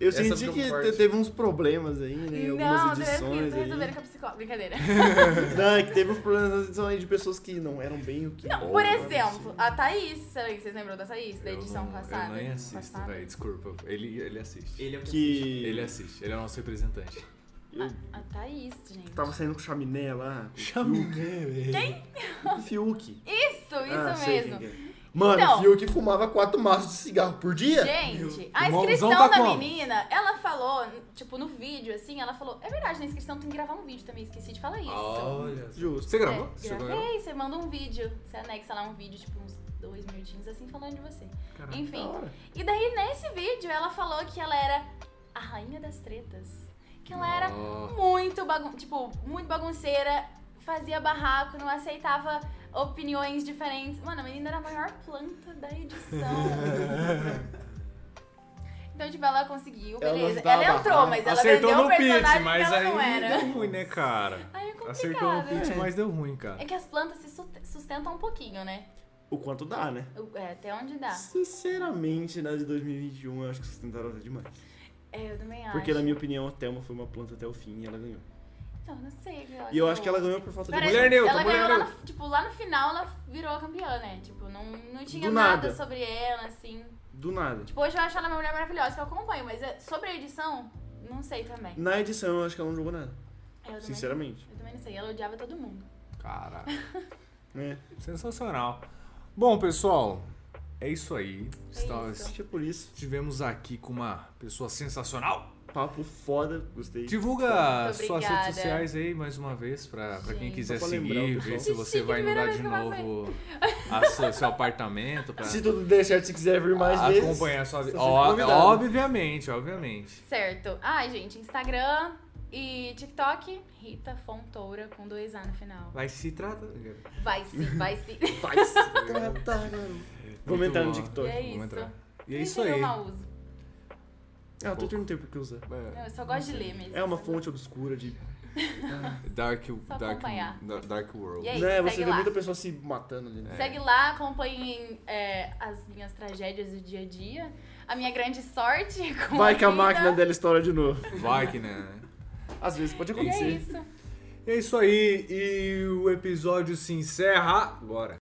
S4: Eu
S1: Essa
S4: senti
S1: foi um
S4: que
S1: corte.
S4: te- teve uns problemas aí, né?
S3: Não,
S4: Algumas
S3: deve
S4: edições
S3: tô
S4: aí.
S3: resolvendo com a psicóloga. Brincadeira.
S4: Não, é que teve uns problemas nas edições aí de pessoas que não eram né? bem o que...
S3: Não, por exemplo, a Thaís, sei lá, vocês lembram da Thaís, da
S1: eu
S3: edição
S1: não,
S3: passada?
S1: Eu nem assisto,
S3: Passada?
S1: velho, desculpa. Ele, ele assiste. Ele...
S6: Ele é o que,
S4: Que...
S1: assiste, ele é o nosso representante.
S3: A Thaís, gente.
S4: Tava saindo com chaminé lá.
S1: Chaminé, velho.
S4: Quem? O Fiuk.
S3: Isso, isso
S4: ah, Sei
S3: mesmo.
S4: quem que é. Mano,
S3: Então.
S4: Fiuk fumava quatro maços de cigarro por
S1: é.
S4: dia.
S3: Gente, a
S1: Irmãozão
S3: inscrição
S1: tá
S3: da
S1: como?
S3: menina, ela falou, tipo, no vídeo, assim, ela falou, é verdade, na inscrição tem que gravar um vídeo também, esqueci de falar isso.
S1: Ah, Olha.
S4: Justo.
S1: Você gravou?
S3: É,
S1: Você chegou a gravar?
S3: gravei, você manda um vídeo, você anexa lá um vídeo, tipo, uns dois minutinhos, assim, falando de você.
S1: Caraca,
S3: Enfim, e daí nesse vídeo ela falou que ela era a rainha das tretas. Que ela era
S1: Nossa.
S3: muito bagun tipo, muito bagunceira, fazia barraco, não aceitava opiniões diferentes. Mano, a menina era a maior planta da edição. então, tipo, ela conseguiu,
S4: Ela não
S3: beleza. Ela,
S4: dava
S3: entrou,
S4: barraco.
S3: mas ela
S1: Acertou
S3: vendeu
S1: no
S3: o
S1: pitch,
S3: personagem
S1: mas
S3: que ela não
S1: aí
S3: era.
S1: deu ruim, né, cara?
S3: Aí é complicado.
S1: Acertou no pitch,
S4: É.
S1: mas deu ruim, cara.
S3: É que as plantas se sust- sustentam um pouquinho, né?
S4: O quanto dá, né?
S3: O- É, até onde dá.
S4: Sinceramente, na de 2021, eu acho que vocês tentaram até demais.
S3: É, eu também acho.
S4: Porque, na minha opinião, a Thelma foi uma planta até o fim e ela ganhou.
S3: Então, não sei.
S4: E eu acho que ela ganhou por falta de
S3: Parece-
S4: mulher.
S1: Mulher neutra,
S3: ela
S1: mulher
S3: ganhou lá
S1: neutra.
S3: no, tipo, lá no final ela virou campeã, né? Tipo, não, não tinha
S4: Do
S3: nada.
S4: nada.
S3: sobre ela, assim.
S4: Do nada.
S3: Tipo, hoje eu acho ela uma mulher maravilhosa, que eu acompanho, mas é- sobre a edição, não sei também.
S4: Na edição, eu acho que ela não jogou nada.
S3: Eu também-
S4: Sinceramente.
S3: Eu também não sei, ela odiava todo mundo.
S1: Caraca.
S4: Né?
S1: Sensacional. Bom, pessoal, é isso aí. Estamos-
S3: isso.
S4: Acho que é por isso.
S1: Estivemos aqui com uma pessoa sensacional.
S4: Papo foda, gostei.
S1: Divulga
S3: Muito
S1: suas
S3: obrigada.
S1: redes sociais aí mais uma vez pra, pra quem
S3: Gente.
S1: quiser
S4: Só pra lembrar o
S1: seguir,
S4: pessoal.
S1: ver se você
S3: Chique,
S1: vai inundar de
S3: primeira vez que
S1: novo a sua- seu apartamento pra
S4: Se tudo der certo, se quiser vir mais vezes.
S1: acompanhar a sua vida.
S4: Só ser convidado.
S1: Obviamente, obviamente.
S3: Certo. Ai, gente, Instagram e TikTok, Rita Fontoura com dois A no final.
S1: Vai se tratar.
S3: Vai sim, vai sim.
S4: Faz. tá Tratar, mano. Vou
S1: Muito
S4: entrar no
S1: bom.
S4: TikTok.
S3: É isso.
S1: Vamos entrar. E é
S3: Nem
S1: isso
S3: tem
S1: aí.
S3: meu mau uso.
S4: Ah, o Twitter não tem por que usar.
S3: Não,
S1: É,
S3: eu só gosto de ler mesmo.
S4: É uma fonte obscura de.
S1: Dark,
S3: Só
S1: dark,
S3: acompanhar.
S1: da- dark World.
S3: E aí,
S4: né?
S3: segue
S4: Você vê
S3: lá.
S4: muita pessoa se matando ali. né?
S3: Segue lá, acompanhem é, as minhas tragédias do dia a dia. A minha grande sorte com
S4: Vai que a
S3: vida.
S4: máquina dela estoura de novo.
S1: Vai que né?
S4: Às vezes pode
S3: E é
S4: acontecer.
S3: isso.
S1: E é isso aí. E o episódio se encerra agora.